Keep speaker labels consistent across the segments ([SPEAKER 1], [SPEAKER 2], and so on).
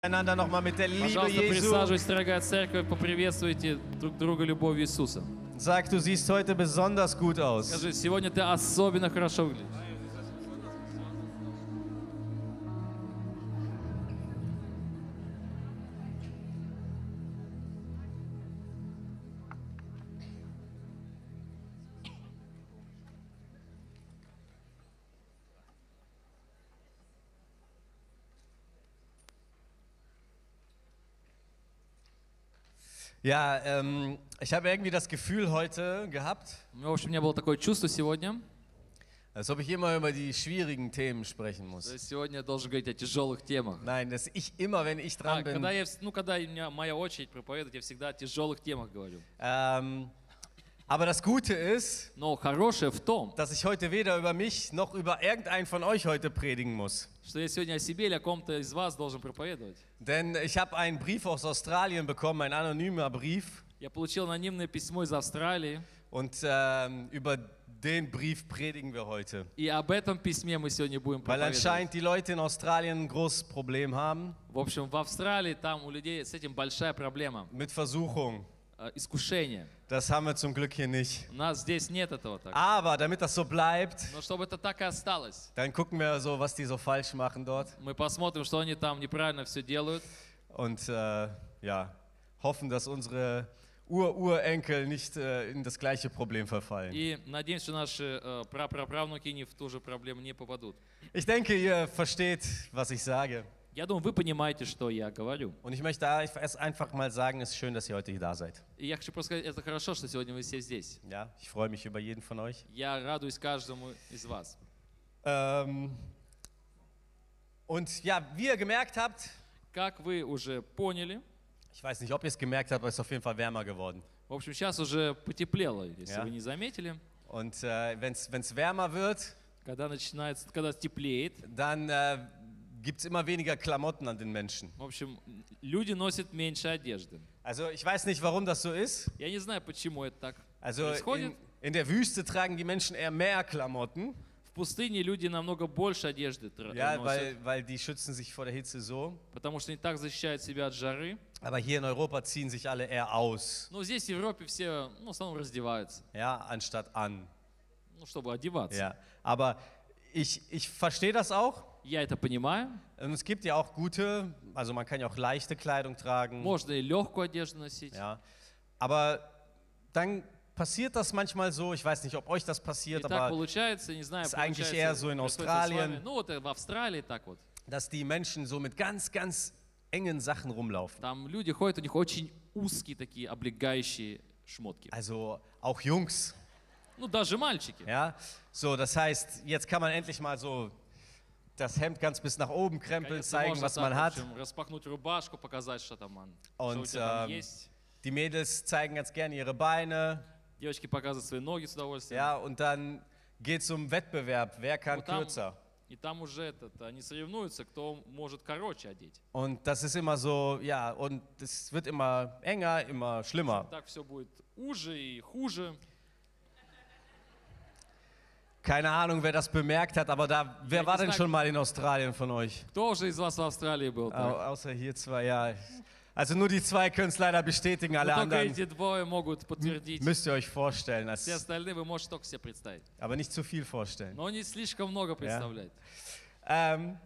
[SPEAKER 1] Einander nochmal mit der Liebe
[SPEAKER 2] Пожалуйста,
[SPEAKER 1] Jesu.
[SPEAKER 2] присаживайтесь, дорогая церковь, поприветствуйте друг друга любовью Иисуса.
[SPEAKER 1] Sag, du siehst heute besonders gut aus.
[SPEAKER 2] Скажи, сегодня ты особенно хорошо выглядишь.
[SPEAKER 1] Ja, ähm, ich habe irgendwie das Gefühl heute gehabt,
[SPEAKER 2] Ну, В общем, у меня было такое чувство сегодня.
[SPEAKER 1] als ob ich immer über die schwierigen Themen sprechen
[SPEAKER 2] То
[SPEAKER 1] muss.
[SPEAKER 2] есть Сегодня я должен говорить о тяжелых темах.
[SPEAKER 1] Nein, dass ich immer, wenn ich
[SPEAKER 2] А,
[SPEAKER 1] dran
[SPEAKER 2] когда
[SPEAKER 1] bin,
[SPEAKER 2] я, вс- ну, когда у меня моя очередь проповедовать, я всегда о тяжелых темах говорю.
[SPEAKER 1] ähm, aber das Gute ist,
[SPEAKER 2] Но хорошее в том,
[SPEAKER 1] dass ich heute weder über mich noch über irgendeinen von euch heute predigen muss.
[SPEAKER 2] что я сегодня о себе или о ком-то из вас должен проповедовать.
[SPEAKER 1] Denn ich habe einen Brief aus Australien bekommen, ein anonymer Brief.
[SPEAKER 2] Я получил анонимное письмо из Австралии,
[SPEAKER 1] Und ähm, über den Brief predigen wir heute.
[SPEAKER 2] и об этом письме мы сегодня будем
[SPEAKER 1] Weil
[SPEAKER 2] проповедовать.
[SPEAKER 1] anscheinend die Leute in Australien ein großes Problem haben
[SPEAKER 2] В общем, в Австралии там у людей с этим большая проблема.
[SPEAKER 1] mit Versuchung.
[SPEAKER 2] э, Искушение.
[SPEAKER 1] Das haben wir zum Glück hier nicht.
[SPEAKER 2] У нас здесь нет этого так.
[SPEAKER 1] Aber damit das so bleibt,
[SPEAKER 2] Но чтобы это так и осталось.
[SPEAKER 1] dann gucken wir so, was die so falsch machen dort.
[SPEAKER 2] Мы посмотрим, что они там неправильно все делают.
[SPEAKER 1] Und äh, ja, hoffen, dass unsere Ur-Urenkel nicht äh, in das gleiche Problem verfallen.
[SPEAKER 2] И надеемся, что наши э, прапраправнуки не в ту же проблему не попадут.
[SPEAKER 1] Ich denke, ihr versteht, was ich sage.
[SPEAKER 2] Я думаю, вы понимаете, что я говорю.
[SPEAKER 1] Und ich möchte es einfach mal sagen, es ist schön, dass ihr heute da seid.
[SPEAKER 2] И я хочу просто сказать, это хорошо, что сегодня вы все здесь.
[SPEAKER 1] Ja, ich freue mich über jeden von euch.
[SPEAKER 2] Я радуюсь каждому из вас.
[SPEAKER 1] Ähm, und ja, wie ihr gemerkt habt,
[SPEAKER 2] Как вы уже поняли,
[SPEAKER 1] Ich weiß nicht, ob ihr es gemerkt habt, aber es ist auf jeden Fall wärmer geworden.
[SPEAKER 2] в общем, сейчас уже потеплело, если
[SPEAKER 1] Я?
[SPEAKER 2] вы не заметили.
[SPEAKER 1] Und äh, wenn es wärmer wird,
[SPEAKER 2] Когда начинается, когда теплеет,
[SPEAKER 1] dann äh, gibt es immer weniger Klamotten an den Menschen.
[SPEAKER 2] в общем, люди носят меньше одежды.
[SPEAKER 1] Also ich weiß nicht, warum das so ist.
[SPEAKER 2] Я не знаю, почему это так
[SPEAKER 1] Also in,
[SPEAKER 2] происходит.
[SPEAKER 1] in der Wüste tragen die Menschen eher mehr Klamotten,
[SPEAKER 2] В пустыне люди намного больше одежды тра-
[SPEAKER 1] ja,
[SPEAKER 2] носят,
[SPEAKER 1] weil, weil die schützen sich vor der Hitze so.
[SPEAKER 2] потому что они так защищают себя от жары.
[SPEAKER 1] Aber hier in Europa ziehen sich alle eher aus,
[SPEAKER 2] Но здесь, в Европе, все ну, в основном раздеваются,
[SPEAKER 1] ja, anstatt an.
[SPEAKER 2] ну, чтобы одеваться.
[SPEAKER 1] Ja. Aber ich, ich verstehe das auch.
[SPEAKER 2] Я это понимаю.
[SPEAKER 1] Und es gibt ja auch gute, also man kann ja auch leichte Kleidung tragen.
[SPEAKER 2] Можно и легкую одежду носить.
[SPEAKER 1] Ja. Aber dann passiert das manchmal so, ich weiß nicht, ob euch das
[SPEAKER 2] И
[SPEAKER 1] passiert,
[SPEAKER 2] так
[SPEAKER 1] aber
[SPEAKER 2] получается, не знаю,
[SPEAKER 1] ist eigentlich
[SPEAKER 2] получается,
[SPEAKER 1] eher so in
[SPEAKER 2] происходит со словами.
[SPEAKER 1] Australien.
[SPEAKER 2] Ну вот э, в Австралии так вот.
[SPEAKER 1] dass die Menschen so mit ganz, ganz engen Sachen rumlaufen.
[SPEAKER 2] Там люди ходят, у них очень узкие такие облегающие
[SPEAKER 1] А
[SPEAKER 2] шмотки.
[SPEAKER 1] Also auch Jungs,
[SPEAKER 2] Ну даже мальчики.
[SPEAKER 1] ja. So, das heißt, jetzt kann man endlich mal so das Hemd ganz bis nach oben krempeln,
[SPEAKER 2] Конечно,
[SPEAKER 1] zeigen,
[SPEAKER 2] можно
[SPEAKER 1] was
[SPEAKER 2] так,
[SPEAKER 1] man
[SPEAKER 2] в
[SPEAKER 1] hat.
[SPEAKER 2] общем, распахнуть рубашку, показать, что там, ан-
[SPEAKER 1] Он,
[SPEAKER 2] что у тебя там
[SPEAKER 1] эм,
[SPEAKER 2] есть.
[SPEAKER 1] Die Mädels zeigen ganz gerne ihre Beine,
[SPEAKER 2] Девочки показывают свои ноги с удовольствием.
[SPEAKER 1] ja, und dann geht es um Wettbewerb, wer kann
[SPEAKER 2] Вот там-
[SPEAKER 1] kürzer.
[SPEAKER 2] И там уже этот, они соревнуются, кто может короче одеть.
[SPEAKER 1] Und das ist immer so, ja, und es wird immer enger, immer schlimmer.
[SPEAKER 2] Так все будет уже и хуже.
[SPEAKER 1] Keine Ahnung, wer das bemerkt hat, aber da, wer war denn
[SPEAKER 2] gesagt-
[SPEAKER 1] schon mal in Australien von au- euch?
[SPEAKER 2] Кто же из вас в Австралии был?
[SPEAKER 1] Au
[SPEAKER 2] так?
[SPEAKER 1] außer hier zwei, ja. Also nur die zwei können es leider bestätigen, alle
[SPEAKER 2] Ну, только
[SPEAKER 1] anderen
[SPEAKER 2] эти двое могут подтвердить.
[SPEAKER 1] müsst ihr euch vorstellen.
[SPEAKER 2] Все
[SPEAKER 1] Das,
[SPEAKER 2] остальные вы можете только себе представить.
[SPEAKER 1] aber nicht zu viel vorstellen.
[SPEAKER 2] Но не слишком много представляет.
[SPEAKER 1] Ähm,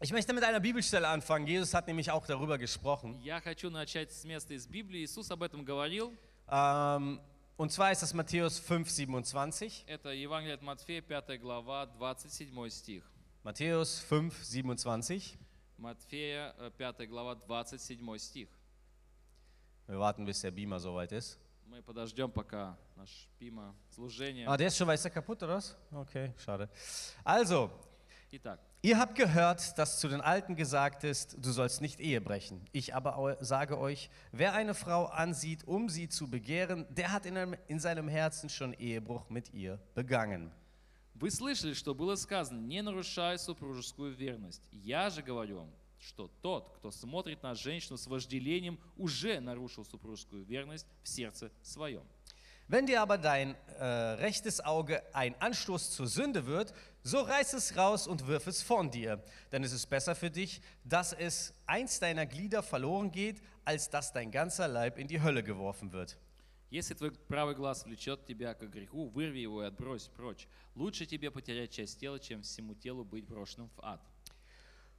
[SPEAKER 1] ich möchte mit einer Bibelstelle anfangen. Jesus hat nämlich auch darüber gesprochen.
[SPEAKER 2] Я хочу начать с места из Библии. Иисус об этом говорил.
[SPEAKER 1] Ähm, und zwar ist das Matthäus 5, 27.
[SPEAKER 2] Это Евангелие от Матфея, 5 глава, 27 стих.
[SPEAKER 1] Matthäus 5, 27.
[SPEAKER 2] Матфея, э, 5 глава, 27 стих.
[SPEAKER 1] Wir warten, bis der Beamer soweit ist.
[SPEAKER 2] Мы подождем, пока наш Пима служение.
[SPEAKER 1] Ah, der ist schon, weiß er kaputt, oder was? Okay, schade. Also,
[SPEAKER 2] Итак,
[SPEAKER 1] Ihr habt gehört, dass zu den Alten gesagt ist, du sollst nicht Ehe brechen. Ich aber eu- sage euch, wer eine Frau ansieht, um sie zu begehren, der hat in, einem, in seinem Herzen schon Ehebruch mit ihr begangen.
[SPEAKER 2] Вы слышали, что было сказано, не нарушай супружескую верность. Я же говорю вам, что тот, кто смотрит на женщину с вожделением, уже нарушил супружескую верность в сердце своем.
[SPEAKER 1] Wenn dir aber dein äh, rechtes Auge ein Anstoß zur Sünde wird, so reiß es raus und wirf es von dir. Denn es ist besser für dich, dass es eins deiner Glieder verloren geht, als dass dein ganzer Leib in die Hölle geworfen wird.
[SPEAKER 2] Если твой правый глаз влечет тебя к греху, вырви его и отбрось прочь. Лучше тебе потерять часть тела, чем всему телу быть брошенным в ад.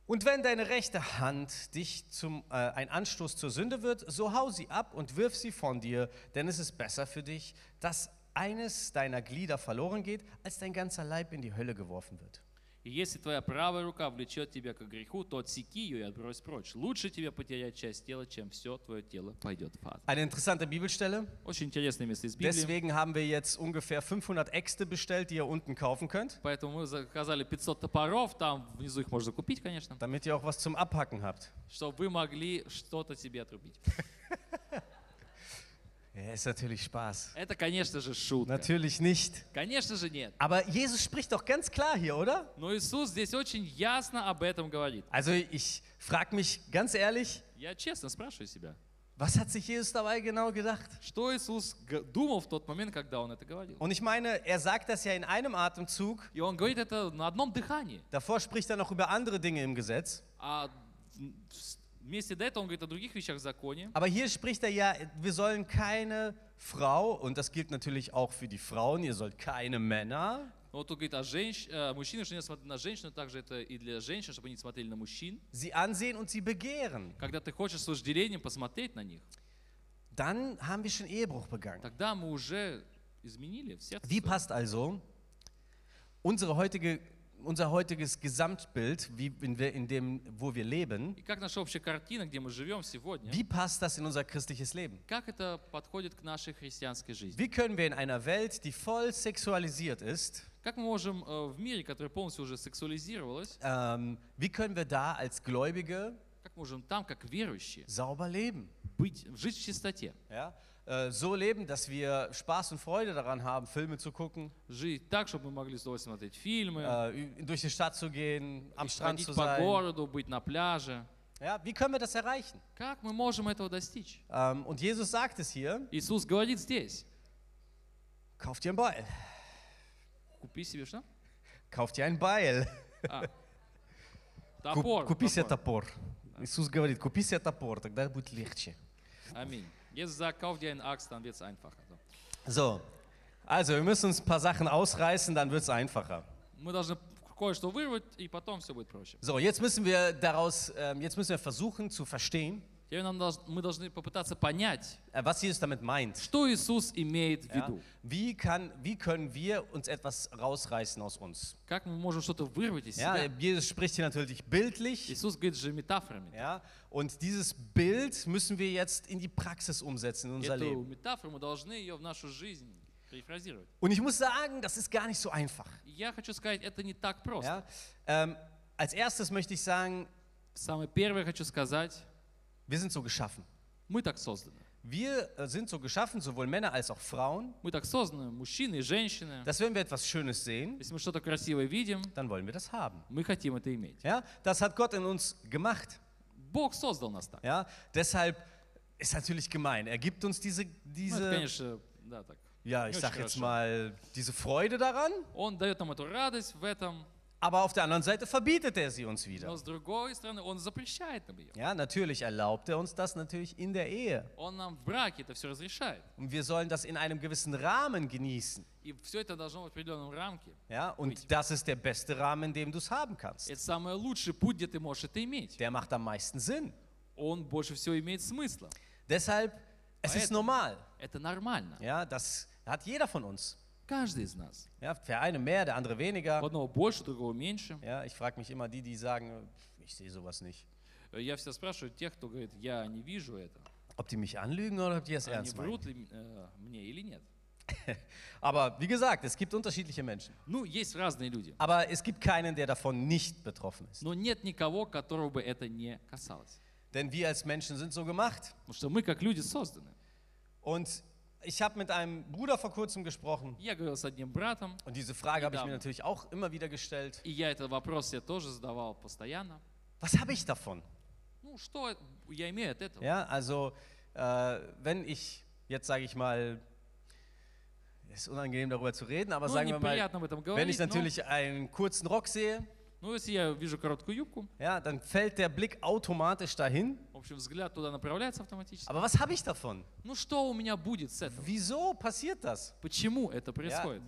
[SPEAKER 1] Und wenn deine rechte Hand dich zum äh, ein Anstoß zur Sünde wird, so hau sie ab und wirf sie von dir, denn es ist besser für dich, dass eines deiner Glieder verloren geht, als dein ganzer Leib in die Hölle geworfen wird.
[SPEAKER 2] И если твоя правая рука влечет тебя к греху, то отсеки ее и отбрось прочь. Лучше тебе потерять часть тела, чем все твое тело пойдет в ад.
[SPEAKER 1] Eine interessante Bibelstelle.
[SPEAKER 2] Очень интересное место из Библии.
[SPEAKER 1] Deswegen haben wir jetzt ungefähr 500 Äxte bestellt, die ihr unten kaufen könnt,
[SPEAKER 2] Поэтому мы заказали 500 топоров, там внизу их можно купить, конечно,
[SPEAKER 1] damit ihr auch was zum Abhacken habt.
[SPEAKER 2] чтобы вы могли что-то себе отрубить.
[SPEAKER 1] Ja, ist natürlich Spaß.
[SPEAKER 2] Это, конечно же, шутка.
[SPEAKER 1] Natürlich nicht.
[SPEAKER 2] Конечно же, нет.
[SPEAKER 1] Aber Jesus spricht doch ganz klar hier, oder?
[SPEAKER 2] Но Иисус здесь очень ясно об этом говорит.
[SPEAKER 1] Also ich frage mich ganz ehrlich,
[SPEAKER 2] Я честно спрашиваю себя,
[SPEAKER 1] was hat sich Jesus dabei genau gedacht?
[SPEAKER 2] что Иисус г- думал в тот момент, когда Он это говорил?
[SPEAKER 1] Und ich meine, er sagt das ja in einem Atemzug.
[SPEAKER 2] И Он говорит это на одном dыхании.
[SPEAKER 1] Davor spricht er noch über andere Dinge im Gesetz.
[SPEAKER 2] А с- вместе до этого Он говорит о других вещах в законе.
[SPEAKER 1] Aber hier spricht er ja, wir sollen keine Frau, und das gilt natürlich auch für die Frauen, ihr sollt keine Männer,
[SPEAKER 2] Но вот он говорит о женщ... э, мужчинах, что не смотрят на женщину, также это и для женщин, чтобы они не смотрели на мужчин.
[SPEAKER 1] sie ansehen und sie begehren.
[SPEAKER 2] Когда ты хочешь с вожделением посмотреть на них,
[SPEAKER 1] Dann haben wir schon Ehebruch begangen.
[SPEAKER 2] тогда мы уже изменили в сердце.
[SPEAKER 1] Wie
[SPEAKER 2] своём.
[SPEAKER 1] passt also unsere heutige, unser heutiges Gesamtbild, wie in, wir- in dem, wo wir leben,
[SPEAKER 2] И как наша общая картина, где мы живем сегодня,
[SPEAKER 1] wie passt das in unser christliches Leben?
[SPEAKER 2] как это подходит к нашей христианской жизни?
[SPEAKER 1] Wie können wir in einer Welt, die voll sexualisiert ist,
[SPEAKER 2] Как мы можем э, в мире, который полностью уже сексуализировалось,
[SPEAKER 1] ähm, wie können wir da als Gläubige
[SPEAKER 2] как можем там, как верующие,
[SPEAKER 1] sauber leben?
[SPEAKER 2] быть, жить в чистоте,
[SPEAKER 1] Ja? Äh, so leben, dass wir Spaß und Freude daran haben, Filme zu gucken,
[SPEAKER 2] жить так, чтобы мы могли с удовольствием смотреть фильмы,
[SPEAKER 1] äh, ü- durch die Stadt zu gehen, am Strand
[SPEAKER 2] ходить
[SPEAKER 1] zu
[SPEAKER 2] по
[SPEAKER 1] sein.
[SPEAKER 2] городу, быть на пляже.
[SPEAKER 1] Ja? Wie können wir das erreichen?
[SPEAKER 2] Как мы можем этого достичь?
[SPEAKER 1] Ähm, und Jesus sagt es hier,
[SPEAKER 2] Иисус говорит здесь,
[SPEAKER 1] kauft dir ein Beil.
[SPEAKER 2] купи себе что?
[SPEAKER 1] Kauft dir ein Beil. Ку-
[SPEAKER 2] Топор.
[SPEAKER 1] Купи себе
[SPEAKER 2] топор.
[SPEAKER 1] топор. Иисус говорит, купи себе топор, тогда будет легче.
[SPEAKER 2] Аминь. Jetzt sag, kauf dir einen Axt, dann wird's einfacher. So.
[SPEAKER 1] So, also wir müssen uns ein paar Sachen ausreißen, dann wird es einfacher.
[SPEAKER 2] Мы должны кое-что вырвать, и потом все будет проще.
[SPEAKER 1] So, jetzt müssen wir daraus, ähm, jetzt müssen wir versuchen zu verstehen,
[SPEAKER 2] Теперь нам долж- мы должны попытаться понять,
[SPEAKER 1] äh, was Jesus damit meint.
[SPEAKER 2] что Иисус имеет в
[SPEAKER 1] Ja?
[SPEAKER 2] виду.
[SPEAKER 1] Wie, kann, wie können wir uns etwas rausreißen aus uns?
[SPEAKER 2] Как мы можем что-то вырвать из
[SPEAKER 1] Ja,
[SPEAKER 2] себя?
[SPEAKER 1] Jesus spricht hier natürlich bildlich.
[SPEAKER 2] Иисус говорит же метафорами.
[SPEAKER 1] Ja, und dieses Bild müssen wir jetzt in die Praxis umsetzen, in unser
[SPEAKER 2] Эту
[SPEAKER 1] Leben.
[SPEAKER 2] метафору мы должны ее в нашу жизнь перефразировать.
[SPEAKER 1] Und ich muss sagen, das ist gar nicht so einfach.
[SPEAKER 2] И Я хочу сказать, это не так просто.
[SPEAKER 1] Ja? Ähm, als erstes möchte ich sagen,
[SPEAKER 2] Самое первое хочу сказать,
[SPEAKER 1] wir sind so geschaffen.
[SPEAKER 2] мы так созданы.
[SPEAKER 1] Wir äh, sind so geschaffen, sowohl Männer als auch Frauen,
[SPEAKER 2] Мы так созданы, мужчины и женщины.
[SPEAKER 1] dass wenn wir etwas Schönes sehen,
[SPEAKER 2] Если мы что-то красивое видим,
[SPEAKER 1] dann wollen wir das haben.
[SPEAKER 2] мы хотим это иметь.
[SPEAKER 1] Ja? Das hat Gott in uns gemacht.
[SPEAKER 2] Бог создал нас так.
[SPEAKER 1] Ja? Deshalb ist natürlich gemein. Er gibt uns diese,
[SPEAKER 2] Ну, это,
[SPEAKER 1] diese
[SPEAKER 2] конечно, да, так.
[SPEAKER 1] ja,
[SPEAKER 2] не
[SPEAKER 1] ich
[SPEAKER 2] очень
[SPEAKER 1] sag jetzt
[SPEAKER 2] хорошо.
[SPEAKER 1] mal, diese Freude daran,
[SPEAKER 2] Он дает нам эту радость в этом,
[SPEAKER 1] aber auf der anderen Seite verbietet er sie uns wieder.
[SPEAKER 2] но с другой стороны, он запрещает нам ее.
[SPEAKER 1] Ja, natürlich erlaubt er uns das natürlich in der Ehe.
[SPEAKER 2] Он нам в браке это все разрешает.
[SPEAKER 1] Und wir sollen das in einem gewissen Rahmen genießen.
[SPEAKER 2] И все это должно быть в определенном рамке.
[SPEAKER 1] Ja, und das ist der beste Rahmen, in dem du es haben kannst.
[SPEAKER 2] Это самый лучший путь, где ты можешь это иметь.
[SPEAKER 1] Der macht am meisten Sinn.
[SPEAKER 2] Он больше всего имеет смысла.
[SPEAKER 1] Deshalb, es ist
[SPEAKER 2] Поэтому.
[SPEAKER 1] normal.
[SPEAKER 2] Это нормально.
[SPEAKER 1] Ja, das hat jeder von uns.
[SPEAKER 2] Каждый из нас.
[SPEAKER 1] Ja, der eine mehr, der andere
[SPEAKER 2] У
[SPEAKER 1] weniger.
[SPEAKER 2] одного больше, у другого меньше.
[SPEAKER 1] Ja, ich frage mich immer die, die sagen, ich sehe sowas nicht.
[SPEAKER 2] Я всегда спрашиваю тех, кто говорит, я не вижу это.
[SPEAKER 1] Ob die mich anlügen oder ob die das
[SPEAKER 2] Они
[SPEAKER 1] ernst meinen.
[SPEAKER 2] врут ли э, мне или нет?
[SPEAKER 1] Aber wie gesagt, es gibt unterschiedliche Menschen.
[SPEAKER 2] Ну, есть разные люди.
[SPEAKER 1] Aber es gibt keinen, der davon nicht betroffen ist.
[SPEAKER 2] Но нет никого, которого бы это не касалось.
[SPEAKER 1] Denn wir als Menschen sind so gemacht.
[SPEAKER 2] Потому что мы как люди созданы.
[SPEAKER 1] Und ich habe mit einem Bruder vor kurzem gesprochen.
[SPEAKER 2] Я говорил с одним братом,
[SPEAKER 1] Und diese Frage habe ich
[SPEAKER 2] Damen.
[SPEAKER 1] mir natürlich auch immer wieder gestellt.
[SPEAKER 2] и я этот вопрос я тоже задавал постоянно.
[SPEAKER 1] Was habe ich davon?
[SPEAKER 2] Ну, что э- я имею от этого?
[SPEAKER 1] Ja, also äh, wenn ich jetzt sage ich mal Es ist unangenehm, darüber zu reden, aber
[SPEAKER 2] Ну,
[SPEAKER 1] sagen wir mal,
[SPEAKER 2] неприятно об этом
[SPEAKER 1] wenn ich
[SPEAKER 2] говорить, но,
[SPEAKER 1] natürlich einen kurzen Rock sehe,
[SPEAKER 2] ну, если я вижу короткую юбку,
[SPEAKER 1] ja, dann fällt der Blick automatisch dahin.
[SPEAKER 2] в общем, взгляд туда направляется автоматически.
[SPEAKER 1] Aber was habe ich davon?
[SPEAKER 2] Ну, что у меня будет с этого?
[SPEAKER 1] Wieso passiert das?
[SPEAKER 2] Почему это происходит?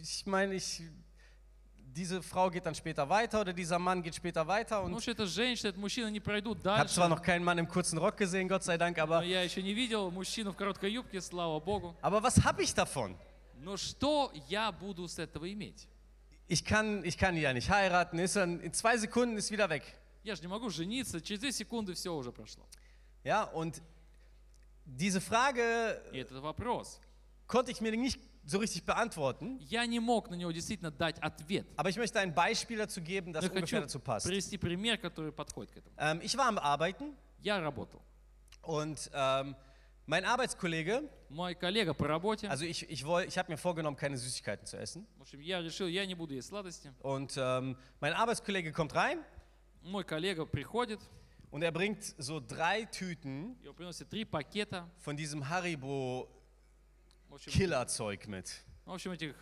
[SPEAKER 1] Ich meine, ich, diese Frau geht dann später weiter oder dieser Mann geht später weiter
[SPEAKER 2] Потому
[SPEAKER 1] und
[SPEAKER 2] что эта женщина, этот мужчина не пройдут
[SPEAKER 1] ich habe
[SPEAKER 2] дальше.
[SPEAKER 1] zwar noch keinen Mann im kurzen Rock gesehen, Gott sei Dank,
[SPEAKER 2] Но
[SPEAKER 1] aber,
[SPEAKER 2] я еще не видел мужчину в короткой юбке, слава богу.
[SPEAKER 1] aber was habe ich davon?
[SPEAKER 2] Но что я буду с этого иметь?
[SPEAKER 1] Ich kann, ich kann die ja nicht heiraten, ist dann, in zwei Sekunden ist wieder weg.
[SPEAKER 2] Я же не могу жениться, через две секунды все уже прошло.
[SPEAKER 1] Ja, und diese Frage
[SPEAKER 2] И этот вопрос.
[SPEAKER 1] konnte ich mir nicht so richtig beantworten,
[SPEAKER 2] Я не мог на него действительно дать ответ.
[SPEAKER 1] aber ich möchte ein Beispiel dazu geben, das
[SPEAKER 2] Но я
[SPEAKER 1] ungefähr
[SPEAKER 2] хочу
[SPEAKER 1] dazu passt.
[SPEAKER 2] привести пример, который подходит к этому.
[SPEAKER 1] Ähm, ich war am Arbeiten
[SPEAKER 2] Я работал.
[SPEAKER 1] und ähm, mein Arbeitskollege,
[SPEAKER 2] Мой коллега по работе,
[SPEAKER 1] also ich, ich, woll- ich habe mir vorgenommen, keine Süßigkeiten zu essen.
[SPEAKER 2] в общем, я решил, я не буду есть сладости.
[SPEAKER 1] Und ähm, mein Arbeitskollege kommt rein
[SPEAKER 2] Мой коллега приходит,
[SPEAKER 1] und er bringt so drei Tüten
[SPEAKER 2] и он приносит три пакета,
[SPEAKER 1] von diesem Haribo-Killer-Zeug
[SPEAKER 2] в общем,
[SPEAKER 1] mit.
[SPEAKER 2] в общем этих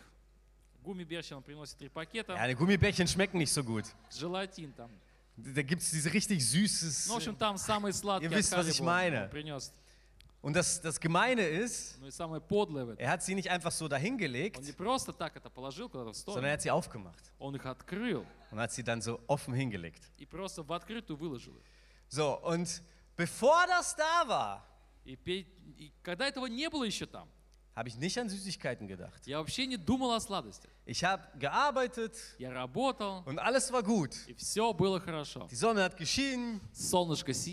[SPEAKER 2] гуми-берщин он приносит три пакета,
[SPEAKER 1] Ja, die Gummibärchen schmecken nicht so gut.
[SPEAKER 2] желатин там.
[SPEAKER 1] Da gibt es diese richtig süßes.
[SPEAKER 2] Ну, в общем, там самые сладкие
[SPEAKER 1] Ihr wisst, was ich meine.
[SPEAKER 2] принес.
[SPEAKER 1] Und das, das Gemeine ist,
[SPEAKER 2] Ну и самое подлое в этом.
[SPEAKER 1] er hat sie nicht einfach so
[SPEAKER 2] Он не
[SPEAKER 1] dahingelegt,
[SPEAKER 2] просто так это положил куда-то
[SPEAKER 1] sondern
[SPEAKER 2] в сторону,
[SPEAKER 1] er hat sie aufgemacht
[SPEAKER 2] он их открыл
[SPEAKER 1] und hat sie dann so offen hingelegt.
[SPEAKER 2] и просто в открытую выложил их.
[SPEAKER 1] So, und bevor das da war,
[SPEAKER 2] И, пе- и когда этого не было еще там,
[SPEAKER 1] habe ich nicht an Süßigkeiten gedacht.
[SPEAKER 2] я вообще не думал о сладостях.
[SPEAKER 1] Ich habe gearbeitet
[SPEAKER 2] Я работал,
[SPEAKER 1] und alles war gut.
[SPEAKER 2] и все было хорошо.
[SPEAKER 1] Die Sonne hat geschienen,
[SPEAKER 2] Солнышко
[SPEAKER 1] ich war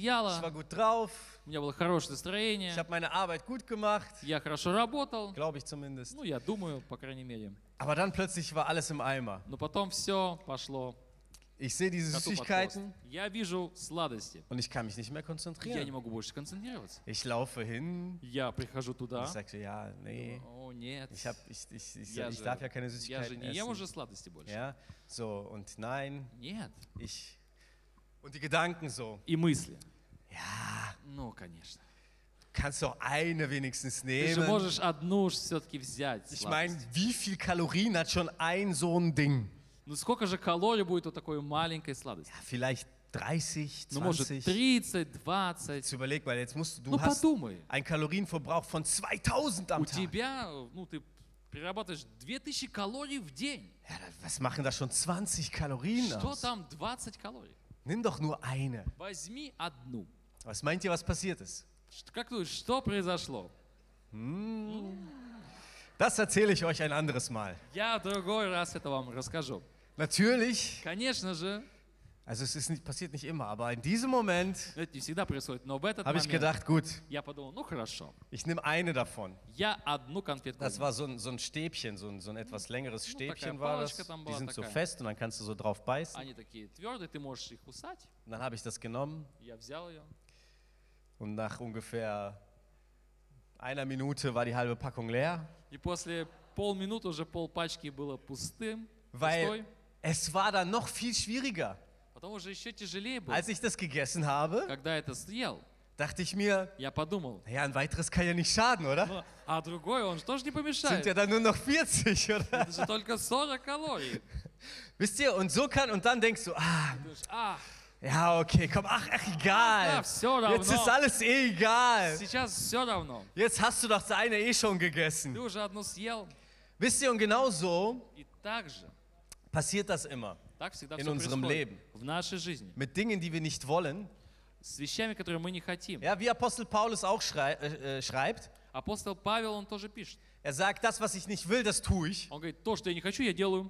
[SPEAKER 2] сияло,
[SPEAKER 1] gut drauf.
[SPEAKER 2] у меня было хорошее
[SPEAKER 1] Ich
[SPEAKER 2] настроение,
[SPEAKER 1] habe meine Arbeit gut gemacht,
[SPEAKER 2] я хорошо работал,
[SPEAKER 1] glaube ich zumindest.
[SPEAKER 2] ну, я думаю, по крайней мере.
[SPEAKER 1] Aber dann plötzlich war alles im Eimer.
[SPEAKER 2] Но потом все пошло
[SPEAKER 1] Ich sehe diese
[SPEAKER 2] коту под хвост.
[SPEAKER 1] Süßigkeiten
[SPEAKER 2] Я вижу сладости,
[SPEAKER 1] und ich kann mich nicht mehr
[SPEAKER 2] я не
[SPEAKER 1] konzentrieren.
[SPEAKER 2] могу больше концентрироваться.
[SPEAKER 1] Ich laufe hin,
[SPEAKER 2] Я прихожу
[SPEAKER 1] ich
[SPEAKER 2] туда,
[SPEAKER 1] sage, ja, nee,
[SPEAKER 2] о нет,
[SPEAKER 1] ich, hab, ich, ich, ich,
[SPEAKER 2] Ja,
[SPEAKER 1] ich
[SPEAKER 2] so.
[SPEAKER 1] darf ja keine
[SPEAKER 2] я же
[SPEAKER 1] Süßigkeiten
[SPEAKER 2] не ем
[SPEAKER 1] essen.
[SPEAKER 2] уже сладости больше.
[SPEAKER 1] Ja, so, und nein,
[SPEAKER 2] Нет.
[SPEAKER 1] ich. Und die Gedanken so,
[SPEAKER 2] И мысли. Ну, конечно.
[SPEAKER 1] kannst doch eine wenigstens
[SPEAKER 2] Ты же
[SPEAKER 1] nehmen.
[SPEAKER 2] можешь одну все-таки взять.
[SPEAKER 1] Ich meine,
[SPEAKER 2] сладость.
[SPEAKER 1] wie viel Kalorien hat schon ein so ein Ding?
[SPEAKER 2] Ну сколько же калорий будет у такой маленькой сладости?
[SPEAKER 1] Ja, vielleicht 30,
[SPEAKER 2] Ну, может,
[SPEAKER 1] 20.
[SPEAKER 2] 30, 20.
[SPEAKER 1] Jetzt überleg mal, jetzt musst du,
[SPEAKER 2] Ну,
[SPEAKER 1] du hast
[SPEAKER 2] подумай.
[SPEAKER 1] Ein Kalorienverbrauch von 2000 am
[SPEAKER 2] У
[SPEAKER 1] Tag.
[SPEAKER 2] тебя, ну, ты перерабатываешь 2000 калорий в день.
[SPEAKER 1] Ja, da- was machen da schon 20 Kalorien
[SPEAKER 2] Что
[SPEAKER 1] aus?
[SPEAKER 2] там 20 калорий?
[SPEAKER 1] Nimm doch nur eine.
[SPEAKER 2] Возьми одну.
[SPEAKER 1] Was meint ihr, was passiert ist?
[SPEAKER 2] Ш- Как ты думаешь, что произошло?
[SPEAKER 1] Das erzähle ich euch ein anderes Mal.
[SPEAKER 2] Я в другой раз это вам расскажу.
[SPEAKER 1] Natürlich,
[SPEAKER 2] Конечно же,
[SPEAKER 1] also es ist nicht, passiert nicht immer, aber in diesem Moment
[SPEAKER 2] это не всегда происходит, но в этот
[SPEAKER 1] habe ich
[SPEAKER 2] момент
[SPEAKER 1] gedacht, gut,
[SPEAKER 2] я подумал, ну хорошо,
[SPEAKER 1] ich nehme eine davon.
[SPEAKER 2] я одну конфетку
[SPEAKER 1] Das
[SPEAKER 2] возьму.
[SPEAKER 1] war so ein, so ein Stäbchen, so ein, so ein etwas längeres Stäbchen
[SPEAKER 2] такая
[SPEAKER 1] war das.
[SPEAKER 2] палочка там
[SPEAKER 1] Die
[SPEAKER 2] была
[SPEAKER 1] sind so
[SPEAKER 2] такая.
[SPEAKER 1] fest und dann kannst du so drauf beißen.
[SPEAKER 2] Они такие твердые, ты можешь их кусать.
[SPEAKER 1] Und dann habe ich das genommen
[SPEAKER 2] Я взял ее.
[SPEAKER 1] und nach ungefähr einer Minute war die halbe Packung leer,
[SPEAKER 2] И после полминуты уже пол пачки было пустым.
[SPEAKER 1] weil
[SPEAKER 2] пустой.
[SPEAKER 1] es war dann noch viel schwieriger.
[SPEAKER 2] Потом уже еще тяжелее было.
[SPEAKER 1] Als ich das gegessen habe,
[SPEAKER 2] Когда это съел,
[SPEAKER 1] dachte ich mir,
[SPEAKER 2] я подумал,
[SPEAKER 1] naja, ein weiteres kann ja nicht schaden, oder?
[SPEAKER 2] «Ну, а другой он же тоже не
[SPEAKER 1] Sind ja
[SPEAKER 2] помешает.
[SPEAKER 1] dann nur noch 40, oder?
[SPEAKER 2] Это же только 40 калорий.
[SPEAKER 1] Wisst ihr, und so kann, und dann denkst du, ah,
[SPEAKER 2] Ты ж, «А,
[SPEAKER 1] ja, okay, komm, ach, ach, egal.
[SPEAKER 2] ja, все равно.
[SPEAKER 1] Jetzt ist alles eh egal.
[SPEAKER 2] Сейчас все равно.
[SPEAKER 1] Jetzt hast du doch das eine eh schon
[SPEAKER 2] Ты
[SPEAKER 1] gegessen.
[SPEAKER 2] уже одну съел.
[SPEAKER 1] Wisst ihr, und genau so
[SPEAKER 2] И так же.
[SPEAKER 1] passiert das immer.
[SPEAKER 2] Так всегда
[SPEAKER 1] In
[SPEAKER 2] все
[SPEAKER 1] unserem
[SPEAKER 2] происходит. В нашей жизни.
[SPEAKER 1] Mit Dingen, die wir nicht wollen.
[SPEAKER 2] С вещами, которые мы не хотим.
[SPEAKER 1] Ja, wie Apostel Paulus auch schrei äh, äh, schreibt,
[SPEAKER 2] Апостол Павел, он тоже пишет.
[SPEAKER 1] er sagt, das, was ich nicht will, das tue ich.
[SPEAKER 2] Он говорит, то, что я не хочу, я делаю.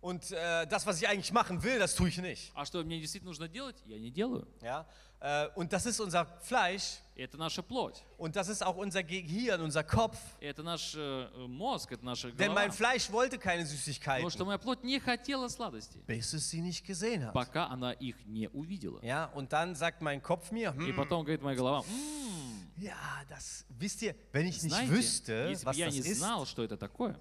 [SPEAKER 1] Und äh, das, was ich eigentlich machen will, das tue ich nicht.
[SPEAKER 2] А что мне действительно нужно делать, я не делаю.
[SPEAKER 1] Ja? Äh, und das ist unser Fleisch,
[SPEAKER 2] Это наша плоть.
[SPEAKER 1] Und das ist auch unser Gehirn, unser Kopf.
[SPEAKER 2] Это наш э, мозг, это наша
[SPEAKER 1] Denn
[SPEAKER 2] голова.
[SPEAKER 1] mein Fleisch wollte keine
[SPEAKER 2] Потому что
[SPEAKER 1] Süßigkeiten,
[SPEAKER 2] моя плоть не хотела сладостей,
[SPEAKER 1] bis es sie nicht gesehen hat.
[SPEAKER 2] пока она их не увидела.
[SPEAKER 1] Ja, und dann sagt mein Kopf mir,
[SPEAKER 2] И
[SPEAKER 1] hm,
[SPEAKER 2] потом говорит моя голова, «М,
[SPEAKER 1] ja, das wisst ihr, wenn ich nicht
[SPEAKER 2] знаете,
[SPEAKER 1] wüsste,
[SPEAKER 2] если бы
[SPEAKER 1] was
[SPEAKER 2] я
[SPEAKER 1] das
[SPEAKER 2] не
[SPEAKER 1] ist,
[SPEAKER 2] знал, что это такое,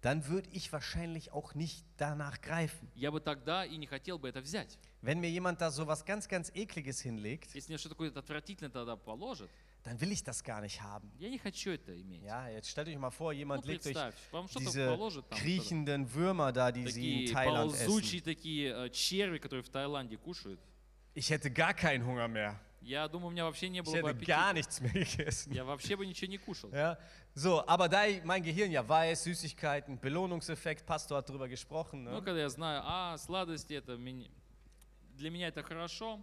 [SPEAKER 1] dann würde ich wahrscheinlich auch nicht danach greifen.
[SPEAKER 2] я бы тогда и не хотел бы это взять.
[SPEAKER 1] Wenn mir jemand da so was ganz, ganz Ekliges hinlegt,
[SPEAKER 2] Если мне что-то такое отвратительное тогда положит,
[SPEAKER 1] dann will ich das gar nicht haben.
[SPEAKER 2] я не хочу это иметь.
[SPEAKER 1] Ja, jetzt stellt euch mal vor, jemand
[SPEAKER 2] Ну,
[SPEAKER 1] legt euch
[SPEAKER 2] представь, вам что-то
[SPEAKER 1] diese
[SPEAKER 2] положат там,
[SPEAKER 1] kriechenden Würmer da, die sie in
[SPEAKER 2] Такие
[SPEAKER 1] Thailand essen.
[SPEAKER 2] ползучие такие э, черви, которые в Таиланде кушают.
[SPEAKER 1] Ich hätte gar keinen Hunger mehr.
[SPEAKER 2] Я думаю, у меня вообще не
[SPEAKER 1] Ich
[SPEAKER 2] было бы
[SPEAKER 1] hätte gar
[SPEAKER 2] аппетита.
[SPEAKER 1] nichts mehr gegessen.
[SPEAKER 2] Я вообще бы ничего не кушал.
[SPEAKER 1] Ja, so, aber da ich- mein Gehirn ja weiß, Süßigkeiten, Belohnungseffekt, Pastor hat drüber gesprochen.
[SPEAKER 2] Но
[SPEAKER 1] Ne?
[SPEAKER 2] когда я знаю, а, сладости это мен- для меня это хорошо,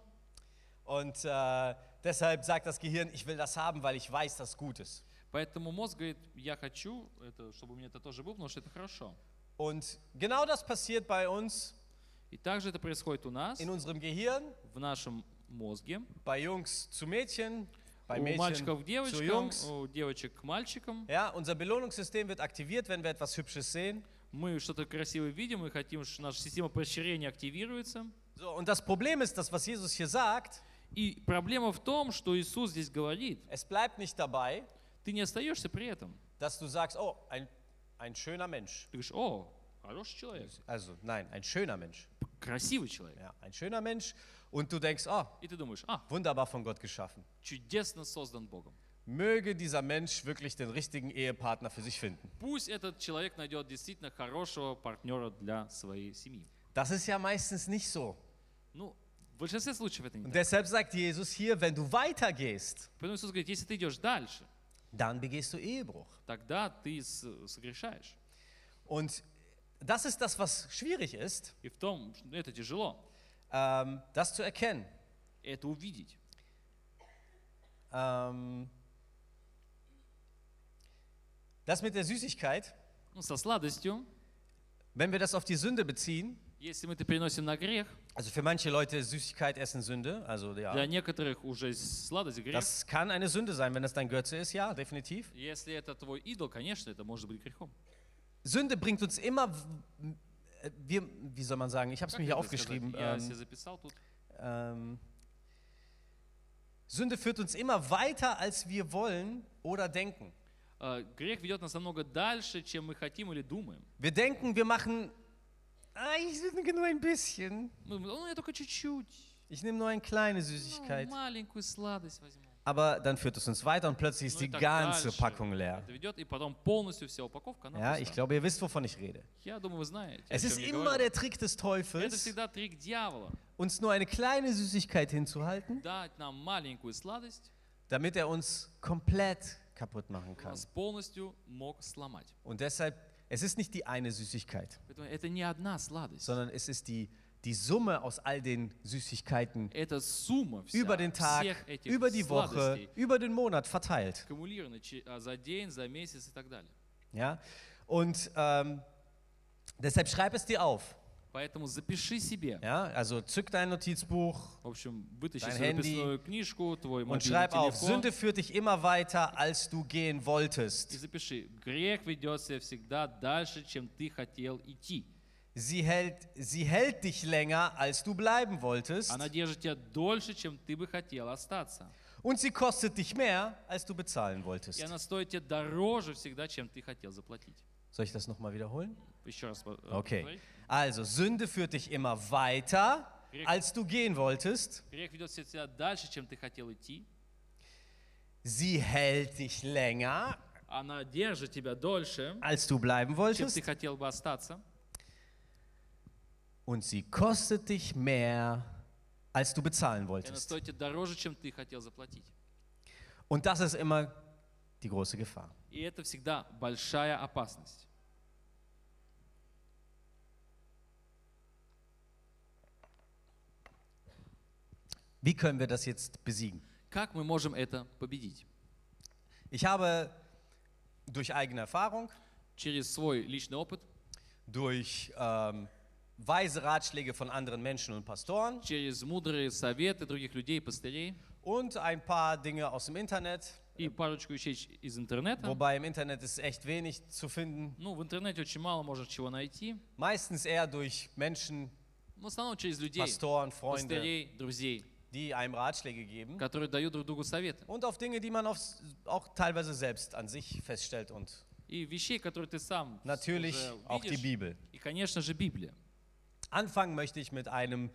[SPEAKER 1] Und äh, deshalb sagt das Gehirn, ich will das haben, weil ich weiß, dass es gut ist.
[SPEAKER 2] поэтому мозг говорит, я хочу, это, чтобы у меня это тоже было, потому что это хорошо.
[SPEAKER 1] Und genau das passiert bei uns,
[SPEAKER 2] И также это происходит у нас,
[SPEAKER 1] in unserem Gehirn,
[SPEAKER 2] в нашем мозге,
[SPEAKER 1] bei Jungs zu Mädchen, bei
[SPEAKER 2] у
[SPEAKER 1] Mädchen
[SPEAKER 2] мальчиков к
[SPEAKER 1] zu
[SPEAKER 2] девочкам,
[SPEAKER 1] Jungs.
[SPEAKER 2] у девочек к мальчикам.
[SPEAKER 1] Ja, unser Belohnungssystem wird aktiviert, wenn wir etwas Hübsches sehen.
[SPEAKER 2] Мы что-то красивое видим и хотим, что наша система поощрения активируется.
[SPEAKER 1] So, und das Problem ist, das, was Jesus hier sagt,
[SPEAKER 2] И проблема в том, что Иисус здесь говорит,
[SPEAKER 1] es bleibt nicht dabei,
[SPEAKER 2] ты не остаешься при этом.
[SPEAKER 1] dass du sagst, oh, ein, ein schöner Mensch.
[SPEAKER 2] Ты говоришь, о, хороший человек,
[SPEAKER 1] Also nein, ein schöner Mensch.
[SPEAKER 2] красивый человек.
[SPEAKER 1] Ja, ein schöner Mensch. Und du denkst, oh,
[SPEAKER 2] И ты думаешь, а,
[SPEAKER 1] wunderbar von Gott geschaffen.
[SPEAKER 2] чудесно создан Богом.
[SPEAKER 1] Möge dieser Mensch wirklich den richtigen Ehepartner für sich finden.
[SPEAKER 2] Пусть этот человек найдет действительно хорошего партнера для своей семьи.
[SPEAKER 1] Das ist ja meistens nicht so.
[SPEAKER 2] Ну, в большинстве случаев это не
[SPEAKER 1] Und
[SPEAKER 2] так.
[SPEAKER 1] deshalb sagt Jesus hier, wenn du weitergehst,
[SPEAKER 2] Поэтому Иисус говорит, если ты идешь дальше,
[SPEAKER 1] dann begehst du Ehebruch.
[SPEAKER 2] тогда ты с- согрешаешь.
[SPEAKER 1] Und das ist das, was schwierig ist,
[SPEAKER 2] И в том, что это тяжело,
[SPEAKER 1] ähm, das zu erkennen.
[SPEAKER 2] это увидеть.
[SPEAKER 1] Ähm, das mit der Süßigkeit,
[SPEAKER 2] Ну, со сладостью,
[SPEAKER 1] wenn wir das auf die Sünde beziehen,
[SPEAKER 2] если мы это переносим на грех,
[SPEAKER 1] also für manche Leute ist Süßigkeit essen Sünde, also
[SPEAKER 2] для
[SPEAKER 1] ja.
[SPEAKER 2] некоторых уже сладость грех.
[SPEAKER 1] Das kann eine Sünde sein, wenn das dein Götze ist, ja, definitiv.
[SPEAKER 2] Если это твой идол, конечно, это может быть грехом.
[SPEAKER 1] Sünde bringt uns immer, äh, wir, wie soll man sagen, ich habe es
[SPEAKER 2] Как
[SPEAKER 1] mir
[SPEAKER 2] это
[SPEAKER 1] hier aufgeschrieben.
[SPEAKER 2] сказать? Я себе
[SPEAKER 1] Ähm,
[SPEAKER 2] записал тут.
[SPEAKER 1] ähm, Sünde führt uns immer weiter, als wir wollen oder denken.
[SPEAKER 2] Э, Грех ведет нас намного дальше, чем мы хотим или думаем.
[SPEAKER 1] Wir denken, wir machen, ah, ich sündige nur ein bisschen.
[SPEAKER 2] Мы думаем, ну, я только чуть-чуть.
[SPEAKER 1] Ich nehme nur eine kleine
[SPEAKER 2] ну,
[SPEAKER 1] Süßigkeit.
[SPEAKER 2] маленькую сладость возьму.
[SPEAKER 1] Aber dann führt es uns weiter und plötzlich ist
[SPEAKER 2] Ну и
[SPEAKER 1] die
[SPEAKER 2] так
[SPEAKER 1] ganze
[SPEAKER 2] дальше.
[SPEAKER 1] Packung leer.
[SPEAKER 2] Это ведет, и потом полностью вся упаковка, она
[SPEAKER 1] Ja,
[SPEAKER 2] пуста.
[SPEAKER 1] ich glaube, ihr wisst, wovon ich rede.
[SPEAKER 2] Я думаю, вы знаете, о
[SPEAKER 1] Es
[SPEAKER 2] чем
[SPEAKER 1] ist
[SPEAKER 2] я
[SPEAKER 1] immer
[SPEAKER 2] говорю.
[SPEAKER 1] der Trick des
[SPEAKER 2] Это
[SPEAKER 1] Teufels,
[SPEAKER 2] всегда трик дьявола.
[SPEAKER 1] uns nur eine kleine Süßigkeit hinzuhalten,
[SPEAKER 2] Дать нам маленькую сладость,
[SPEAKER 1] damit er uns komplett kaputt machen kann.
[SPEAKER 2] нас полностью мог сломать.
[SPEAKER 1] Und deshalb, es ist nicht die eine Süßigkeit,
[SPEAKER 2] Поэтому это не одна сладость.
[SPEAKER 1] sondern es ist die, die Summe aus all den Süßigkeiten
[SPEAKER 2] Это сумма вся,
[SPEAKER 1] über den Tag,
[SPEAKER 2] всех этих
[SPEAKER 1] über die Woche,
[SPEAKER 2] сладостей,
[SPEAKER 1] über den Monat verteilt.
[SPEAKER 2] аккумулированы чи- а, за день, за месяц и так далее.
[SPEAKER 1] Ja? Und ähm, deshalb schreib es dir auf.
[SPEAKER 2] Поэтому запиши себе.
[SPEAKER 1] Ja? Also zück dein Notizbuch,
[SPEAKER 2] В общем, вытащи
[SPEAKER 1] Dein
[SPEAKER 2] свою
[SPEAKER 1] Handy
[SPEAKER 2] записную книжку, твой
[SPEAKER 1] Und
[SPEAKER 2] мобильный
[SPEAKER 1] schreib auf,
[SPEAKER 2] телефон
[SPEAKER 1] Sünde führt dich immer weiter, als du gehen
[SPEAKER 2] и
[SPEAKER 1] wolltest.
[SPEAKER 2] запиши. Грех ведет себя всегда дальше, чем ты хотел идти.
[SPEAKER 1] Sie hält, sie hält dich länger, als du bleiben wolltest.
[SPEAKER 2] Она держит А тебя дольше, чем ты бы хотел остаться.
[SPEAKER 1] Und sie kostet dich mehr, als du bezahlen
[SPEAKER 2] И
[SPEAKER 1] wolltest.
[SPEAKER 2] она стоит тебе дороже всегда, чем ты хотел заплатить.
[SPEAKER 1] Soll ich das nochmal wiederholen?
[SPEAKER 2] Еще раз. э,
[SPEAKER 1] Okay.
[SPEAKER 2] повторить.
[SPEAKER 1] Also, Sünde führt dich immer weiter,
[SPEAKER 2] Richtig.
[SPEAKER 1] als du gehen wolltest.
[SPEAKER 2] Грех ведет себя дальше, чем ты хотел идти.
[SPEAKER 1] Sie hält dich länger,
[SPEAKER 2] Она держит А тебя дольше,
[SPEAKER 1] als du bleiben
[SPEAKER 2] чем ты
[SPEAKER 1] wolltest.
[SPEAKER 2] хотел бы остаться.
[SPEAKER 1] Und sie kostet dich mehr, als du bezahlen
[SPEAKER 2] И она
[SPEAKER 1] wolltest.
[SPEAKER 2] стоит тебе дороже, чем ты хотел заплатить.
[SPEAKER 1] Und das ist immer die große Gefahr.
[SPEAKER 2] И это всегда большая опасность.
[SPEAKER 1] Wie können wir das jetzt besiegen?
[SPEAKER 2] Как мы можем это победить?
[SPEAKER 1] Ich habe durch eigene Erfahrung,
[SPEAKER 2] Через свой личный опыт,
[SPEAKER 1] durch ähm, weise Ratschläge von anderen Menschen und Pastoren
[SPEAKER 2] через мудрые советы других людей, пастырей
[SPEAKER 1] und ein paar Dinge aus dem Internet,
[SPEAKER 2] и парочку вещей ч- из интернета.
[SPEAKER 1] wobei im Internet ist echt wenig zu finden,
[SPEAKER 2] Ну, в интернете очень мало можно чего найти.
[SPEAKER 1] meistens eher durch Menschen,
[SPEAKER 2] В основном через людей,
[SPEAKER 1] Pastoren, Freunde,
[SPEAKER 2] пастырей, друзей,
[SPEAKER 1] die einem Ratschläge geben
[SPEAKER 2] которые дают друг другу советы.
[SPEAKER 1] und auf Dinge, die man aufs, auch teilweise selbst an sich feststellt und
[SPEAKER 2] и вещей, которые ты сам
[SPEAKER 1] Natürlich
[SPEAKER 2] уже
[SPEAKER 1] auch die
[SPEAKER 2] видишь.
[SPEAKER 1] Bibel.
[SPEAKER 2] И, конечно же, Библия.
[SPEAKER 1] Anfangen möchte ich mit einem,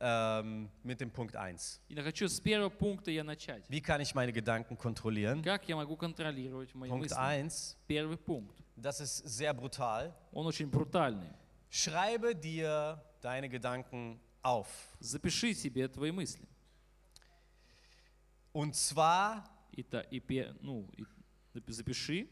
[SPEAKER 1] ähm, mit dem Punkt 1.
[SPEAKER 2] И хочу с первого пункта я начать.
[SPEAKER 1] Wie kann ich meine Gedanken kontrollieren?
[SPEAKER 2] Как я могу контролировать мои
[SPEAKER 1] Punkt
[SPEAKER 2] мысли?
[SPEAKER 1] 1,
[SPEAKER 2] Первый пункт.
[SPEAKER 1] das ist sehr brutal.
[SPEAKER 2] Он очень брутальный.
[SPEAKER 1] Schreibe dir deine Gedanken auf.
[SPEAKER 2] Запиши себе твои мысли.
[SPEAKER 1] Und zwar
[SPEAKER 2] И, та- и пе- ну, и запи- запиши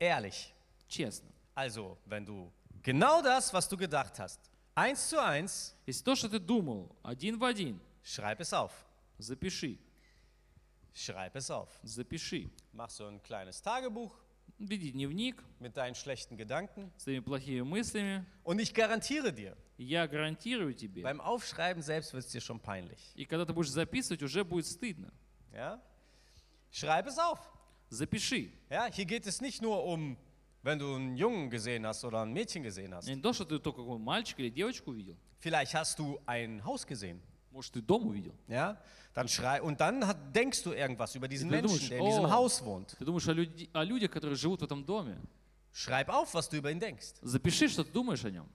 [SPEAKER 1] ehrlich.
[SPEAKER 2] честно.
[SPEAKER 1] Also, wenn du genau das, was du gedacht hast, eins zu eins,
[SPEAKER 2] Если то, что ты думал, один в один,
[SPEAKER 1] schreib es auf.
[SPEAKER 2] запиши,
[SPEAKER 1] Schreib es auf.
[SPEAKER 2] запиши.
[SPEAKER 1] Mach so ein kleines Tagebuch
[SPEAKER 2] Веди дневник
[SPEAKER 1] mit deinen schlechten Gedanken.
[SPEAKER 2] с твоими плохими мыслями.
[SPEAKER 1] Und ich garantiere dir,
[SPEAKER 2] Я гарантирую тебе.
[SPEAKER 1] beim Aufschreiben selbst wird es dir schon peinlich.
[SPEAKER 2] И когда ты будешь записывать, уже будет стыдно.
[SPEAKER 1] Ja? Schreib es auf.
[SPEAKER 2] Запиши.
[SPEAKER 1] Ja? Hier geht es nicht nur um, wenn du einen Jungen gesehen hast oder ein Mädchen gesehen hast.
[SPEAKER 2] Не то, что ты только какой мальчик или девочку увидел.
[SPEAKER 1] Vielleicht hast du ein Haus gesehen.
[SPEAKER 2] Может, ты дом увидел.
[SPEAKER 1] Ja? Dann schrei und dann hat, denkst du irgendwas über diesen
[SPEAKER 2] Du
[SPEAKER 1] Menschen,
[SPEAKER 2] dusch-
[SPEAKER 1] der in diesem
[SPEAKER 2] oh.
[SPEAKER 1] Haus wohnt.
[SPEAKER 2] Ты думаешь о, люди- о людях, которые живут в этом доме.
[SPEAKER 1] Schreib auf, was du über ihn denkst.
[SPEAKER 2] Запиши, что ты думаешь о нем.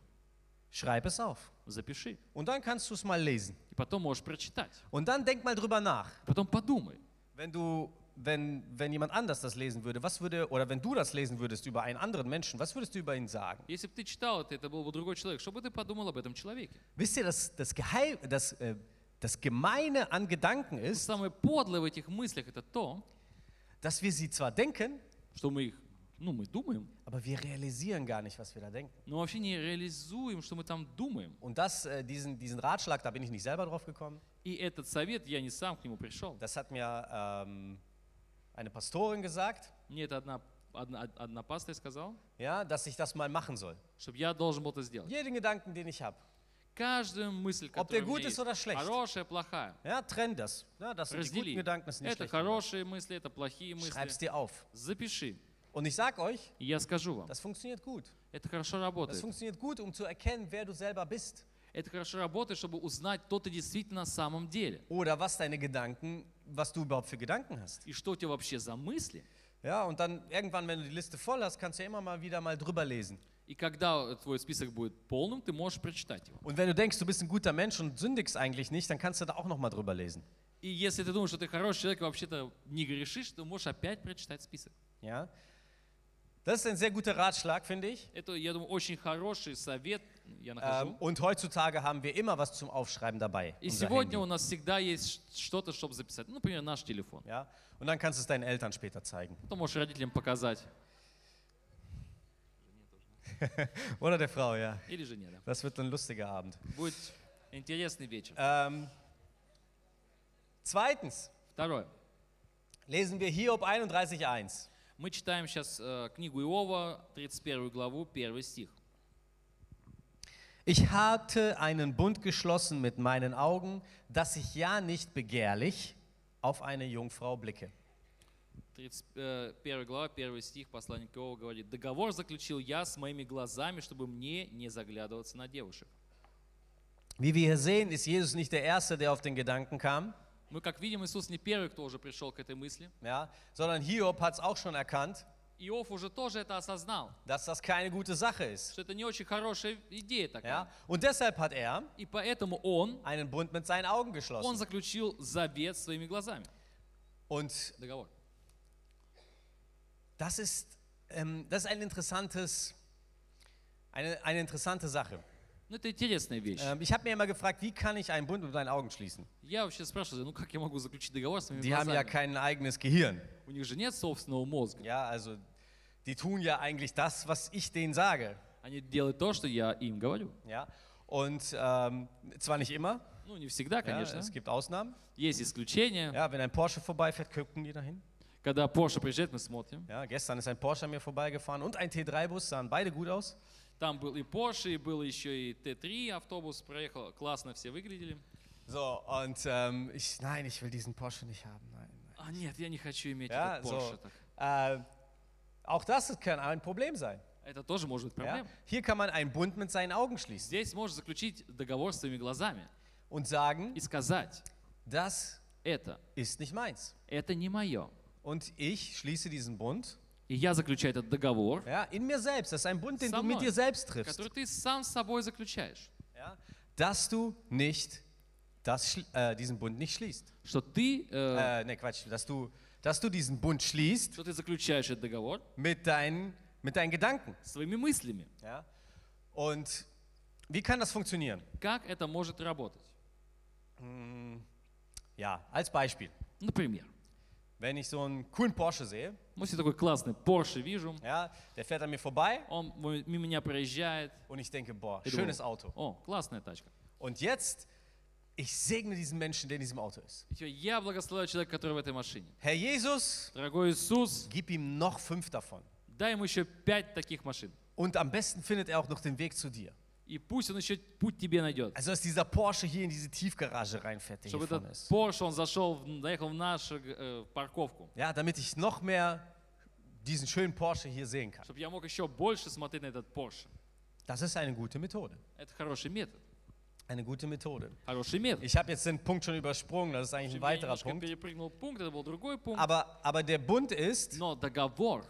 [SPEAKER 1] Schreib es auf.
[SPEAKER 2] Запиши.
[SPEAKER 1] Und dann kannst du es mal lesen.
[SPEAKER 2] И потом можешь прочитать.
[SPEAKER 1] Und dann denk mal drüber nach.
[SPEAKER 2] Потом подумай.
[SPEAKER 1] Wenn du, wenn, wenn jemand anders das lesen würde, was würde, oder wenn du das lesen würdest über einen anderen Menschen, was würdest du über ihn sagen?
[SPEAKER 2] Если бы ты читал это, это был бы другой человек. Что бы ты подумал об этом человеке?
[SPEAKER 1] Wisst ihr, dass das Geheim, das, äh, das Gemeine an Gedanken ist,
[SPEAKER 2] Самое подлое в этих мыслях это то,
[SPEAKER 1] dass wir sie zwar denken,
[SPEAKER 2] что мы их, ну, мы думаем,
[SPEAKER 1] aber wir realisieren gar nicht, was wir da denken.
[SPEAKER 2] но вообще не реализуем, что мы там думаем.
[SPEAKER 1] Und das, äh, diesen, diesen Ratschlag, da bin ich nicht selber drauf gekommen.
[SPEAKER 2] И этот совет, я не сам к нему пришел.
[SPEAKER 1] Das hat mir ähm, eine Pastorin gesagt,
[SPEAKER 2] Мне это одна, одна, одна пастырь сказал,
[SPEAKER 1] ja, dass ich das mal machen soll.
[SPEAKER 2] чтобы я должен был это сделать.
[SPEAKER 1] Jeden Gedanken, den ich habe,
[SPEAKER 2] Каждую мысль,
[SPEAKER 1] Ob
[SPEAKER 2] которая
[SPEAKER 1] der
[SPEAKER 2] у меня
[SPEAKER 1] gut ist
[SPEAKER 2] есть,
[SPEAKER 1] oder schlecht.
[SPEAKER 2] хорошая, плохая,
[SPEAKER 1] ja, trenn das. Ja, das sind die
[SPEAKER 2] раздели.
[SPEAKER 1] guten Gedanken, das sind die
[SPEAKER 2] Это
[SPEAKER 1] schlechten. Gedanken.
[SPEAKER 2] хорошие мысли, это плохие мысли.
[SPEAKER 1] Schreib's dir auf.
[SPEAKER 2] Запиши.
[SPEAKER 1] Und ich sag euch,
[SPEAKER 2] И я скажу вам,
[SPEAKER 1] das funktioniert gut.
[SPEAKER 2] это хорошо
[SPEAKER 1] Das
[SPEAKER 2] работает.
[SPEAKER 1] funktioniert gut, um zu erkennen, wer du selber bist
[SPEAKER 2] Это хорошо работает, чтобы узнать, кто ты действительно на самом деле.
[SPEAKER 1] oder was deine Gedanken, was du überhaupt für Gedanken hast.
[SPEAKER 2] И что у тебя вообще за мысли.
[SPEAKER 1] Ja, und dann irgendwann, wenn du die Liste voll hast, kannst du ja immer mal wieder mal drüber lesen.
[SPEAKER 2] И когда твой список будет полным, ты можешь прочитать его.
[SPEAKER 1] Und wenn du denkst, du bist ein guter Mensch und sündigst eigentlich nicht, dann kannst du da auch noch mal drüber lesen.
[SPEAKER 2] И если ты думаешь, что ты хороший человек и вообще-то не грешишь, ты можешь опять прочитать список.
[SPEAKER 1] Ja? Das ist ein sehr guter Ratschlag, finde ich.
[SPEAKER 2] Это, я думаю, очень хороший совет я нахожу.
[SPEAKER 1] Ähm, und heutzutage haben wir immer was zum Aufschreiben dabei.
[SPEAKER 2] и
[SPEAKER 1] unser
[SPEAKER 2] сегодня у
[SPEAKER 1] Handy.
[SPEAKER 2] нас всегда есть ш- что-то, чтобы записать. Ну, например, наш телефон.
[SPEAKER 1] Ja? Und dann kannst du es deinen Eltern später zeigen.
[SPEAKER 2] Потом можешь родителям показать.
[SPEAKER 1] Oder der Frau, ja.
[SPEAKER 2] Или жене, да.
[SPEAKER 1] Das wird ein lustiger Abend.
[SPEAKER 2] Будет интересный вечер.
[SPEAKER 1] Ähm, zweitens
[SPEAKER 2] Второе.
[SPEAKER 1] lesen wir Hiob 31,1.
[SPEAKER 2] Мы читаем сейчас книгу Иова, 31 главу, 1 стих.
[SPEAKER 1] Ich hatte einen Bund geschlossen mit meinen Augen, dass ich ja nicht begehrlich auf eine Jungfrau blicke.
[SPEAKER 2] 31 э, глава, 1 стих, посланник Иова говорит, «Договор заключил я с моими глазами, чтобы мне не заглядываться на девушек».
[SPEAKER 1] Wie wir hier sehen, ist Jesus nicht der Erste, der auf den Gedanken kam,
[SPEAKER 2] Мы, как видим, Иисус не первый, кто уже пришел к этой мысли.
[SPEAKER 1] ja, sondern Hiob hat es auch schon erkannt,
[SPEAKER 2] Иов уже тоже это осознал,
[SPEAKER 1] dass das keine gute Sache ist.
[SPEAKER 2] что это не очень хорошая идея такая.
[SPEAKER 1] Ja? Und deshalb hat er
[SPEAKER 2] И поэтому он,
[SPEAKER 1] einen Bund mit seinen Augen
[SPEAKER 2] он
[SPEAKER 1] geschlossen.
[SPEAKER 2] заключил завет своими глазами.
[SPEAKER 1] Und
[SPEAKER 2] Договор.
[SPEAKER 1] das ist, ähm, das ist ein interessantes, eine, eine interessante Sache.
[SPEAKER 2] Ну, это интересная вещь.
[SPEAKER 1] Ähm, ich habe mir immer gefragt, wie kann ich einen Bund mit meinen Augen schließen?
[SPEAKER 2] Я вообще спрашиваю, ну как я могу заключить договор с своими
[SPEAKER 1] Die haben ja
[SPEAKER 2] глазами?
[SPEAKER 1] kein eigenes Gehirn.
[SPEAKER 2] У них же нет собственного мозга.
[SPEAKER 1] Ja, also die tun ja eigentlich das, was ich denen sage.
[SPEAKER 2] Они делают то, что я им говорю.
[SPEAKER 1] Ja? Und ähm, zwar nicht immer,
[SPEAKER 2] Ну, не всегда,
[SPEAKER 1] ja,
[SPEAKER 2] конечно.
[SPEAKER 1] es gibt Ausnahmen.
[SPEAKER 2] Есть исключения.
[SPEAKER 1] Ja, wenn ein Porsche vorbeifährt, gucken die dahin.
[SPEAKER 2] Когда Porsche приезжает, мы смотрим.
[SPEAKER 1] Ja, gestern ist ein Porsche an mir vorbeigefahren und ein T3-Bus, sahen beide gut aus.
[SPEAKER 2] Там был и Porsche, и был еще и Т3 автобус проехал. Классно все выглядели.
[SPEAKER 1] So, und ähm, ich, nein, ich will diesen Porsche nicht haben, nein. nein.
[SPEAKER 2] А нет, я не хочу иметь
[SPEAKER 1] Ja,
[SPEAKER 2] этот
[SPEAKER 1] so,
[SPEAKER 2] Porsche. так.
[SPEAKER 1] äh, auch das kann ein Problem sein.
[SPEAKER 2] Это тоже может быть
[SPEAKER 1] Ja?
[SPEAKER 2] проблема.
[SPEAKER 1] Hier kann man einen Bund mit seinen Augen schließen
[SPEAKER 2] Здесь можешь заключить договор с своими глазами
[SPEAKER 1] und sagen,
[SPEAKER 2] и сказать,
[SPEAKER 1] das
[SPEAKER 2] это,
[SPEAKER 1] ist nicht meins.
[SPEAKER 2] это не мое.
[SPEAKER 1] Und ich schließe diesen Bund
[SPEAKER 2] И я заключаю этот договор,
[SPEAKER 1] Ja, in mir selbst. Das ist ein Bund, den
[SPEAKER 2] Со
[SPEAKER 1] du mit
[SPEAKER 2] мной.
[SPEAKER 1] dir selbst triffst.
[SPEAKER 2] который ты сам с собой заключаешь,
[SPEAKER 1] Ja, dass du nicht das, schli- äh, diesen Bund nicht schließt.
[SPEAKER 2] что ты, э,
[SPEAKER 1] Äh, ne, Quatsch. Dass du, dass du diesen Bund schließt
[SPEAKER 2] что ты заключаешь этот договор
[SPEAKER 1] mit deinen, mit deinen Gedanken.
[SPEAKER 2] своими мыслями.
[SPEAKER 1] Ja? Und wie kann das funktionieren?
[SPEAKER 2] Как это может работать?
[SPEAKER 1] Ja, als Beispiel.
[SPEAKER 2] Например,
[SPEAKER 1] Wenn ich so einen coolen Porsche sehe,
[SPEAKER 2] вот я такой классный Porsche вижу,
[SPEAKER 1] ja, der fährt an mir vorbei
[SPEAKER 2] он мой- мимо меня проезжает.
[SPEAKER 1] und ich denke, boah,
[SPEAKER 2] Я
[SPEAKER 1] schönes
[SPEAKER 2] думаю,
[SPEAKER 1] Auto.
[SPEAKER 2] О, классная тачка.
[SPEAKER 1] Und jetzt, ich segne diesen Menschen, der in diesem Auto ist.
[SPEAKER 2] И всё, Я благословляю человека, который в этой машине.
[SPEAKER 1] Herr Jesus,
[SPEAKER 2] Дорогой Иисус,
[SPEAKER 1] gib ihm noch fünf davon.
[SPEAKER 2] дай ему еще пять таких машин.
[SPEAKER 1] Und am besten findet er auch noch den Weg zu dir.
[SPEAKER 2] И пусть он еще путь тебе найдет.
[SPEAKER 1] Also, dass dieser Porsche hier in diese Tiefgarage reinfährt, der
[SPEAKER 2] Чтобы
[SPEAKER 1] hier vorne
[SPEAKER 2] этот
[SPEAKER 1] ist.
[SPEAKER 2] Porsche, он зашел, в- доехал в нашу э, парковку.
[SPEAKER 1] Ja, damit ich noch mehr diesen schönen Porsche hier sehen kann.
[SPEAKER 2] Чтобы я мог еще больше смотреть на этот Porsche.
[SPEAKER 1] Das ist eine gute Methode.
[SPEAKER 2] Это хороший метод.
[SPEAKER 1] Eine gute Methode.
[SPEAKER 2] Хороший метод.
[SPEAKER 1] Ich habe jetzt den Punkt schon übersprungen, das ist
[SPEAKER 2] Я
[SPEAKER 1] eigentlich ein weiterer
[SPEAKER 2] немножко
[SPEAKER 1] Punkt.
[SPEAKER 2] перепрыгнул пункт, это был другой пункт.
[SPEAKER 1] Aber, aber der Bund ist,
[SPEAKER 2] Но договор,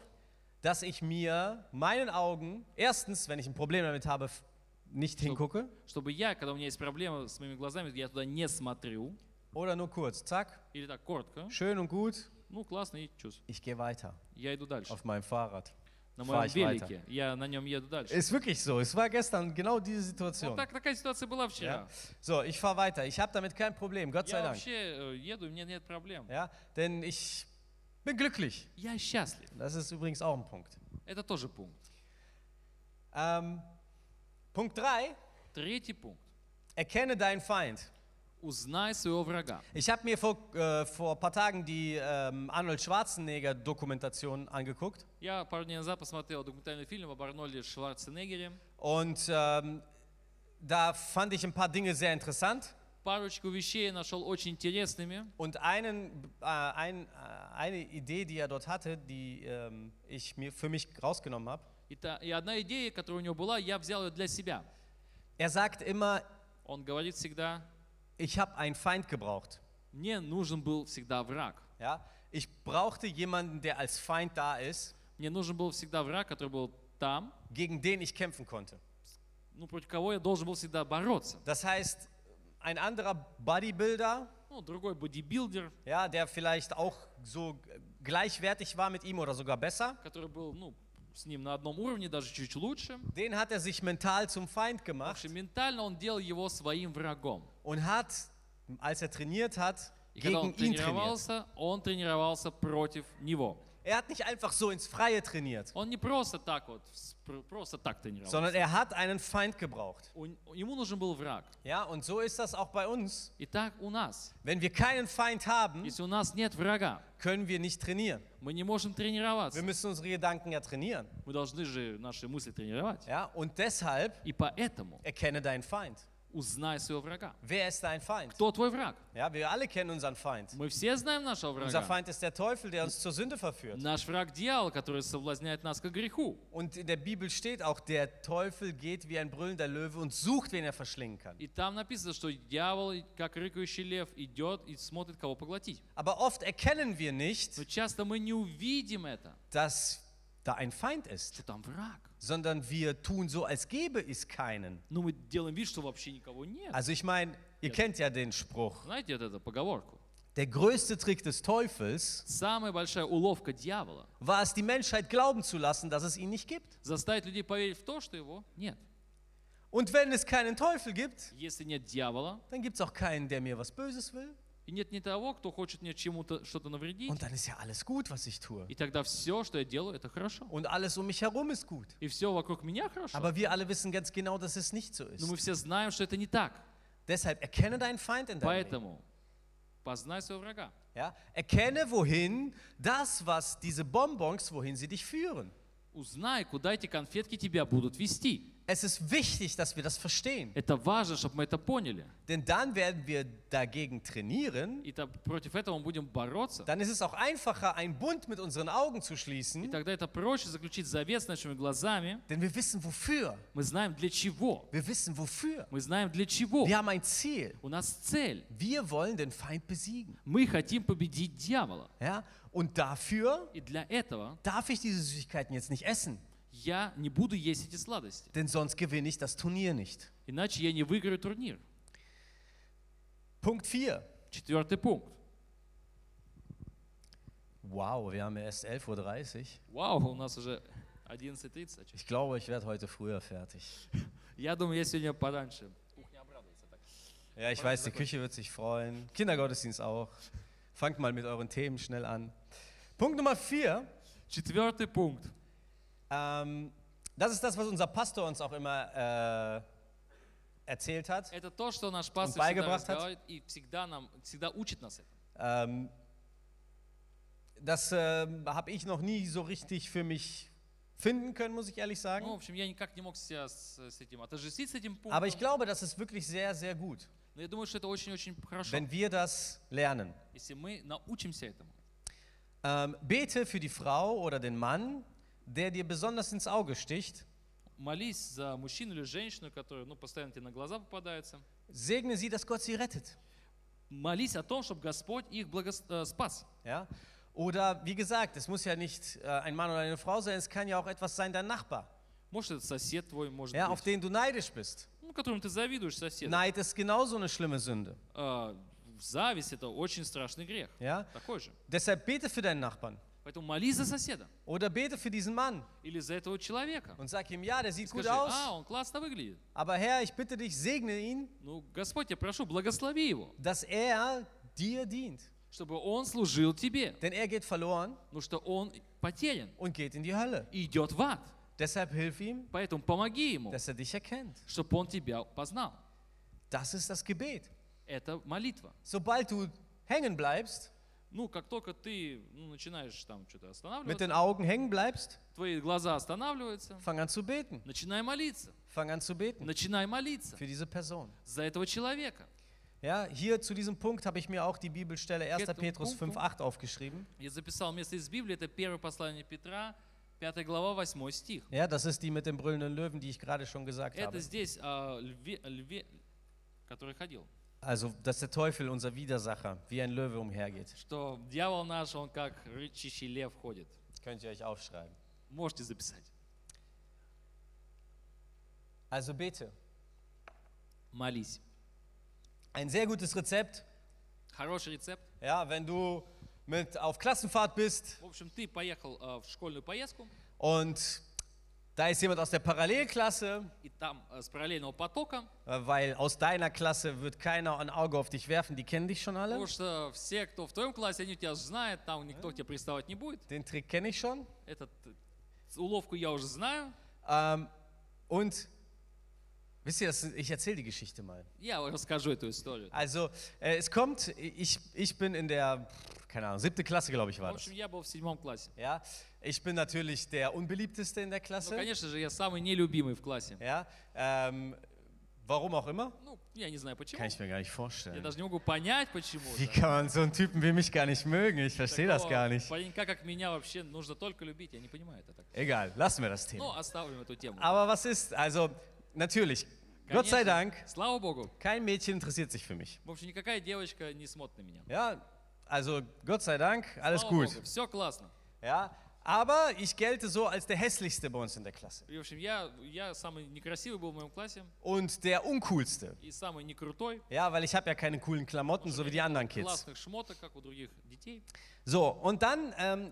[SPEAKER 1] dass ich mir meinen Augen, erstens, wenn ich ein Problem damit habe, f- nicht hingucke
[SPEAKER 2] чтобы я, когда у меня есть проблемы с моими глазами, я туда не смотрю.
[SPEAKER 1] oder nur kurz, zack,
[SPEAKER 2] Или так, коротко.
[SPEAKER 1] schön und gut,
[SPEAKER 2] Ну, классно, и чувств.
[SPEAKER 1] ich gehe weiter
[SPEAKER 2] Я иду дальше.
[SPEAKER 1] auf meinem Fahrrad.
[SPEAKER 2] На
[SPEAKER 1] Fahr
[SPEAKER 2] моем
[SPEAKER 1] ich weiter.
[SPEAKER 2] велике. Я на нем еду дальше.
[SPEAKER 1] Ist wirklich so, es war gestern genau diese
[SPEAKER 2] Вот
[SPEAKER 1] Situation.
[SPEAKER 2] так, такая ситуация была
[SPEAKER 1] Ja.
[SPEAKER 2] вчера.
[SPEAKER 1] So, ich fahre weiter. Ich habe damit kein Problem, Gott sei
[SPEAKER 2] Я
[SPEAKER 1] Dank.
[SPEAKER 2] вообще э, еду, у меня нет проблем.
[SPEAKER 1] Ja, denn ich bin glücklich.
[SPEAKER 2] Я счастлив.
[SPEAKER 1] Das ist übrigens auch ein Punkt.
[SPEAKER 2] Это тоже пункт.
[SPEAKER 1] Ähm, Punkt 3,
[SPEAKER 2] Третий пункт.
[SPEAKER 1] erkenne deinen Feind.
[SPEAKER 2] Узнай своего врага.
[SPEAKER 1] Ich habe mir vor, äh, vor ein paar Tagen die ähm, Arnold Schwarzenegger-Dokumentation angeguckt.
[SPEAKER 2] Я пару дней назад посмотрел документальный фильм об Арнольде Шварценеггере.
[SPEAKER 1] Und ähm, da fand ich ein paar Dinge sehr interessant.
[SPEAKER 2] Парочку вещей нашел очень интересными.
[SPEAKER 1] Und einen, äh, ein, äh, eine Idee, die er dort hatte, die ähm, ich mir für mich rausgenommen habe.
[SPEAKER 2] И, та- и одна идея, которая у него была, я взял ее для себя.
[SPEAKER 1] Er sagt immer,
[SPEAKER 2] Он говорит всегда,
[SPEAKER 1] ich habe einen Feind gebraucht.
[SPEAKER 2] мне нужен был всегда враг.
[SPEAKER 1] Ja? Ich brauchte jemanden, der als Feind da ist,
[SPEAKER 2] Мне нужен был всегда враг, который был там,
[SPEAKER 1] gegen den ich kämpfen konnte.
[SPEAKER 2] ну, против кого я должен был всегда бороться.
[SPEAKER 1] Das heißt, ein anderer Bodybuilder,
[SPEAKER 2] Ну, другой бодибилдер,
[SPEAKER 1] ja, der vielleicht auch so gleichwertig war mit ihm oder sogar besser,
[SPEAKER 2] который был, ну, с ним на одном уровне, даже чуть лучше.
[SPEAKER 1] den hat er sich mental zum Feind
[SPEAKER 2] В
[SPEAKER 1] gemacht
[SPEAKER 2] общем, ментально он делал его своим врагом.
[SPEAKER 1] und hat, als er trainiert hat,
[SPEAKER 2] И когда
[SPEAKER 1] gegen
[SPEAKER 2] он
[SPEAKER 1] ihn trainiert.
[SPEAKER 2] тренировался, он тренировался против него.
[SPEAKER 1] Er hat nicht einfach so ins Freie trainiert,
[SPEAKER 2] Он не просто так вот, с- пр- просто так тренировался.
[SPEAKER 1] sondern er hat einen Feind gebraucht.
[SPEAKER 2] Он- Ему нужен был враг.
[SPEAKER 1] Ja, und so ist das auch bei uns.
[SPEAKER 2] И так у нас.
[SPEAKER 1] Wenn wir keinen Feind haben,
[SPEAKER 2] Если у нас нет врага,
[SPEAKER 1] können wir nicht trainieren.
[SPEAKER 2] мы не можем
[SPEAKER 1] Wir
[SPEAKER 2] тренироваться.
[SPEAKER 1] müssen unsere Gedanken ja trainieren.
[SPEAKER 2] Мы должны же наши мысли тренировать.
[SPEAKER 1] Ja, und deshalb
[SPEAKER 2] И поэтому
[SPEAKER 1] erkenne deinen Feind.
[SPEAKER 2] узнай своего врага.
[SPEAKER 1] Wer ist dein Feind?
[SPEAKER 2] Кто твой враг?
[SPEAKER 1] Ja, wir alle kennen unseren Feind.
[SPEAKER 2] Мы все знаем нашего
[SPEAKER 1] Unser
[SPEAKER 2] врага.
[SPEAKER 1] Feind ist der Teufel, der uns zur Sünde verführt.
[SPEAKER 2] Наш враг дьявол, который соблазняет нас к греху.
[SPEAKER 1] Und in der Bibel steht auch, der Teufel geht wie ein brüllender Löwe und sucht, wen er verschlingen kann.
[SPEAKER 2] И там написано, что дьявол, как рыкающий лев, идет и смотрит, кого поглотить.
[SPEAKER 1] Aber oft erkennen wir
[SPEAKER 2] Но
[SPEAKER 1] nicht,
[SPEAKER 2] часто мы не увидим это,
[SPEAKER 1] dass da ein Feind ist,
[SPEAKER 2] что там враг.
[SPEAKER 1] sondern wir tun so, als gäbe es keinen.
[SPEAKER 2] Но мы делаем вид, что вообще никого нет.
[SPEAKER 1] Also ich meine, ihr kennt ja den Spruch,
[SPEAKER 2] Знаете вот эту поговорку?
[SPEAKER 1] der größte Trick des Teufels
[SPEAKER 2] Самая большая уловка дьявола
[SPEAKER 1] war es, die Menschheit glauben zu lassen, dass es ihn nicht gibt.
[SPEAKER 2] заставить людей поверить в то, что его нет.
[SPEAKER 1] Und wenn es keinen Teufel gibt,
[SPEAKER 2] Если нет дьявола,
[SPEAKER 1] dann gibt es auch keinen, der mir was Böses will.
[SPEAKER 2] и нет ни того, кто хочет мне чему-то что-то навредить,
[SPEAKER 1] Und dann ist ja alles gut, was ich tue.
[SPEAKER 2] и тогда все, что я делаю, это хорошо.
[SPEAKER 1] Und alles um mich herum ist gut.
[SPEAKER 2] И все вокруг меня хорошо.
[SPEAKER 1] Aber wir alle wissen ganz genau, dass es nicht so
[SPEAKER 2] Но мы
[SPEAKER 1] ist.
[SPEAKER 2] все знаем, что это не так.
[SPEAKER 1] Deshalb erkenne deinen Feind in deinem Leben.
[SPEAKER 2] Поэтому познай своего врага.
[SPEAKER 1] Ja? Erkenne, wohin das, was diese Bonbons, wohin sie dich führen.
[SPEAKER 2] Узнай, куда эти конфетки тебя будут вести.
[SPEAKER 1] Es ist wichtig, dass wir das verstehen,
[SPEAKER 2] Это важно, чтобы мы это поняли.
[SPEAKER 1] denn dann werden wir dagegen trainieren.
[SPEAKER 2] И та- против этого мы будем бороться.
[SPEAKER 1] Dann ist es auch einfacher, einen Bund mit unseren Augen zu
[SPEAKER 2] И
[SPEAKER 1] schließen,
[SPEAKER 2] тогда это проще заключить завет с нашими глазами.
[SPEAKER 1] denn wir wissen wofür.
[SPEAKER 2] Мы знаем для чего.
[SPEAKER 1] Wir wissen wofür.
[SPEAKER 2] Мы знаем для чего.
[SPEAKER 1] Wir haben ein Ziel.
[SPEAKER 2] У нас цель.
[SPEAKER 1] Wir wollen den Feind besiegen.
[SPEAKER 2] Мы хотим победить дьявола.
[SPEAKER 1] Ja? Und dafür
[SPEAKER 2] И для этого
[SPEAKER 1] darf ich diese Süßigkeiten jetzt nicht essen,
[SPEAKER 2] я не буду есть эти сладости.
[SPEAKER 1] denn sonst gewinne ich das Turnier nicht.
[SPEAKER 2] Иначе я не выиграю турнир.
[SPEAKER 1] Punkt 4.
[SPEAKER 2] Четвертый пункт.
[SPEAKER 1] Wow, wir haben ja erst 11.30 Uhr.
[SPEAKER 2] Вау, у нас уже 11.30. а чё?
[SPEAKER 1] Ich glaube, ich werde heute früher fertig.
[SPEAKER 2] Я думаю, я сегодня пораньше.
[SPEAKER 1] Ja, ich weiß, die Küche wird sich freuen. Kindergottesdienst auch. Fangt mal mit euren Themen schnell an. Punkt Nummer 4.
[SPEAKER 2] Четвертый пунkt.
[SPEAKER 1] Ähm, das ist das, was unser Pastor uns auch immer äh, erzählt hat.
[SPEAKER 2] Это то, что наш пастор всегда
[SPEAKER 1] beigebracht hat.
[SPEAKER 2] разговаривает и всегда нам, всегда учит нас этому.
[SPEAKER 1] Ähm, das ähm, habe ich noch nie so richtig für mich finden können, muss ich ehrlich
[SPEAKER 2] Ну, в
[SPEAKER 1] sagen.
[SPEAKER 2] общем, я никак не мог себя с, с этим отождествить, с этим
[SPEAKER 1] Aber ich
[SPEAKER 2] пунктом.
[SPEAKER 1] glaube, das ist wirklich sehr, sehr gut,
[SPEAKER 2] Но я думаю, что это очень-очень хорошо,
[SPEAKER 1] wenn wir das lernen.
[SPEAKER 2] если мы научимся этому.
[SPEAKER 1] Ähm, bete für die Frau oder den Mann, der dir besonders ins Auge sticht.
[SPEAKER 2] Молись за мужчину или женщину, которая, ну, постоянно тебе на глаза попадается.
[SPEAKER 1] Segne sie, dass Gott sie rettet.
[SPEAKER 2] Молись о том, чтобы Господь их благос... э, спас.
[SPEAKER 1] Ja? Oder wie gesagt, es muss ja nicht äh, ein Mann oder eine Frau sein, es kann ja auch etwas sein, dein Nachbar,
[SPEAKER 2] Может, это сосед твой, может
[SPEAKER 1] ja, auf
[SPEAKER 2] быть,
[SPEAKER 1] den du neidisch bist.
[SPEAKER 2] ну, которому ты завидуешь, сосед.
[SPEAKER 1] Neid ist genauso eine schlimme Sünde.
[SPEAKER 2] Э, зависть — это очень страшный грех.
[SPEAKER 1] Ja?
[SPEAKER 2] Такой же.
[SPEAKER 1] Deshalb bete für deinen Nachbarn
[SPEAKER 2] Поэтому молись за соседа
[SPEAKER 1] oder bete für diesen Mann
[SPEAKER 2] или за этого человека.
[SPEAKER 1] und sag ihm, ja, der sieht gut
[SPEAKER 2] Скажи,
[SPEAKER 1] aus,
[SPEAKER 2] а, он классно выглядит.
[SPEAKER 1] aber Herr, ich bitte dich, segne ihn,
[SPEAKER 2] Ну, Господь, я прошу, благослови его,
[SPEAKER 1] dass er dir dient.
[SPEAKER 2] чтобы он служил тебе,
[SPEAKER 1] Denn er geht verloren
[SPEAKER 2] потому Ну, что он потерян
[SPEAKER 1] und geht in die Hölle.
[SPEAKER 2] и идет в ад.
[SPEAKER 1] Deshalb hilf ihm,
[SPEAKER 2] Поэтому помоги ему,
[SPEAKER 1] dass er dich erkennt.
[SPEAKER 2] чтобы он тебя познал.
[SPEAKER 1] Das ist das Gebet.
[SPEAKER 2] Это молитва.
[SPEAKER 1] Sobald du hängen bleibst,
[SPEAKER 2] Ну, как только ты ну, начинаешь там что-то
[SPEAKER 1] mit
[SPEAKER 2] останавливаться,
[SPEAKER 1] den Augen hängen bleibst,
[SPEAKER 2] твои глаза останавливаются,
[SPEAKER 1] fang an zu beten.
[SPEAKER 2] начинай молиться,
[SPEAKER 1] Fang an zu beten
[SPEAKER 2] начинай молиться
[SPEAKER 1] für diese Person.
[SPEAKER 2] за этого человека.
[SPEAKER 1] Ja, hier zu diesem Punkt habe ich mir auch die Bibelstelle 1.
[SPEAKER 2] Geht um
[SPEAKER 1] Petrus
[SPEAKER 2] Punkt, Punkt.
[SPEAKER 1] 5,8 aufgeschrieben.
[SPEAKER 2] Я записал место из Библии, это первое послание Петра, 5 глава, 8 стих.
[SPEAKER 1] Ja, das ist die mit dem brüllenden Löwen, die ich gerade schon gesagt
[SPEAKER 2] Это
[SPEAKER 1] habe.
[SPEAKER 2] здесь а, льве, льве- который ходил,
[SPEAKER 1] Also, dass der Teufel, unser Widersacher, wie ein Löwe umhergeht.
[SPEAKER 2] что дьявол наш, он как рычащий лев ходит.
[SPEAKER 1] Könnt ihr euch aufschreiben.
[SPEAKER 2] Можете записать.
[SPEAKER 1] Also bete.
[SPEAKER 2] Молись.
[SPEAKER 1] Ein sehr gutes Rezept.
[SPEAKER 2] Хороший рецепт.
[SPEAKER 1] Ja, wenn du mit auf Klassenfahrt bist
[SPEAKER 2] В общем, ты поехал а, в школьную поездку,
[SPEAKER 1] und da ist jemand aus der Parallelklasse,
[SPEAKER 2] и там а, с параллельного потока,
[SPEAKER 1] äh, weil aus deiner Klasse wird keiner ein Auge auf dich werfen, die kennen dich schon alle.
[SPEAKER 2] потому что все, кто в твоем классе, они тебя знают, там никто к тебе приставать не будет.
[SPEAKER 1] Den Trick kenne ich schon.
[SPEAKER 2] Этот э, уловку я уже знаю.
[SPEAKER 1] Ähm, und wisst ihr, das, ich erzähle die Geschichte mal.
[SPEAKER 2] Я вам расскажу эту историю.
[SPEAKER 1] Also, äh, es kommt, ich, ich bin in der, keine Ahnung, siebte Klasse, glaube ich,
[SPEAKER 2] В
[SPEAKER 1] war das.
[SPEAKER 2] общем, я был в седьmом классе.
[SPEAKER 1] Ja, ich bin natürlich der unbeliebteste in der
[SPEAKER 2] Ну,
[SPEAKER 1] Klasse.
[SPEAKER 2] конечно же, я самый нелюбимый в классе.
[SPEAKER 1] Ja, ähm, warum auch immer,
[SPEAKER 2] Ну, я не знаю почему.
[SPEAKER 1] kann ich mir gar nicht
[SPEAKER 2] Я
[SPEAKER 1] vorstellen.
[SPEAKER 2] даже не могу понять, почему.
[SPEAKER 1] Wie
[SPEAKER 2] да.
[SPEAKER 1] kann man so einen Typen wie mich gar nicht mögen? Ich verstehe das
[SPEAKER 2] Такого
[SPEAKER 1] gar nicht.
[SPEAKER 2] Паренька, как меня, вообще нужно только любить. Я не понимаю это так.
[SPEAKER 1] Egal, lassen wir das
[SPEAKER 2] Ну,
[SPEAKER 1] Thema.
[SPEAKER 2] оставим эту тему.
[SPEAKER 1] Aber was ist, also natürlich, Gott
[SPEAKER 2] Конечно,
[SPEAKER 1] sei Dank,
[SPEAKER 2] Слава богу.
[SPEAKER 1] kein Mädchen interessiert sich für mich.
[SPEAKER 2] В общем, никакая девочка не смотрит на меня.
[SPEAKER 1] Ja, also Gott sei Dank, alles
[SPEAKER 2] Слава
[SPEAKER 1] gut.
[SPEAKER 2] богу, все классно.
[SPEAKER 1] Ja, aber ich gelte so als der hässlichste bei uns in der Klasse
[SPEAKER 2] И, в общем, я, я самый некрасивый был в моем классе
[SPEAKER 1] und der uncoolste.
[SPEAKER 2] и самый некрутой.
[SPEAKER 1] Ja, weil ich habe ja keine coolen Klamotten, so wie die anderen Kids.
[SPEAKER 2] Классных шмоток, как у других детей.
[SPEAKER 1] So, und dann ähm,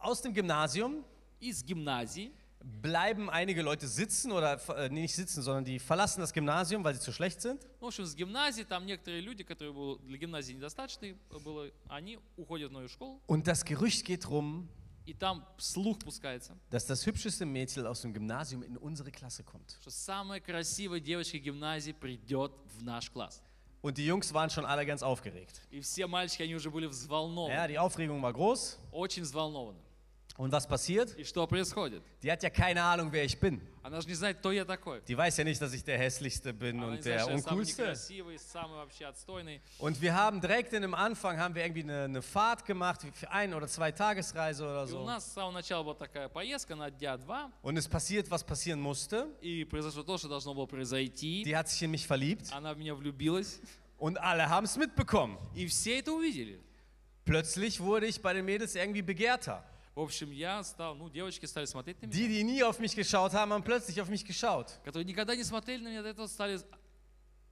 [SPEAKER 1] aus dem Gymnasium
[SPEAKER 2] Из гимназии
[SPEAKER 1] bleiben einige Leute sitzen oder äh, nee, nicht sitzen, sondern die verlassen das Gymnasium, weil sie zu schlecht sind.
[SPEAKER 2] Ну, в общем, с гимназии там некоторые люди, которые было- для гимназии недостаточны было, они уходят в новую школу,
[SPEAKER 1] Und das Gerücht geht rum,
[SPEAKER 2] и там слух пускается,
[SPEAKER 1] dass das hübscheste Mädel aus dem Gymnasium in unsere Klasse kommt.
[SPEAKER 2] что самая красивая девочка гимназии придет в наш класс.
[SPEAKER 1] Und die Jungs waren schon alle ganz aufgeregt.
[SPEAKER 2] И все мальчики, они уже были
[SPEAKER 1] Ja,
[SPEAKER 2] взволнованы,
[SPEAKER 1] die Aufregung war groß
[SPEAKER 2] очень взволнованы.
[SPEAKER 1] Und was passiert?
[SPEAKER 2] И что происходит?
[SPEAKER 1] Die hat ja keine Ahnung, wer ich bin.
[SPEAKER 2] Она же не знает, кто я такой.
[SPEAKER 1] Die weiß ja nicht, dass ich der hässlichste bin
[SPEAKER 2] Она не
[SPEAKER 1] und
[SPEAKER 2] знает,
[SPEAKER 1] der
[SPEAKER 2] что я самый
[SPEAKER 1] uncoolste.
[SPEAKER 2] некрасивый, самый вообще отстойный.
[SPEAKER 1] Und wir haben direkt in dem Anfang haben wir irgendwie eine, eine Fahrt gemacht für ein oder zwei Tagesreise oder
[SPEAKER 2] И у
[SPEAKER 1] so.
[SPEAKER 2] нас с самого начала была такая поездка на дня два,
[SPEAKER 1] Und es passiert, was passieren musste.
[SPEAKER 2] и произошло то, что должно было произойти.
[SPEAKER 1] Die hat sich in mich verliebt
[SPEAKER 2] Она в меня влюбилась,
[SPEAKER 1] und alle haben es mitbekommen.
[SPEAKER 2] и все это увидели.
[SPEAKER 1] Plötzlich wurde ich bei den Mädels irgendwie begehrter.
[SPEAKER 2] В общем, я стал, ну, девочки стали смотреть на меня,
[SPEAKER 1] Die, die nie auf mich geschaut haben, haben plötzlich auf mich geschaut.
[SPEAKER 2] которые никогда не смотрели на меня, до этого стали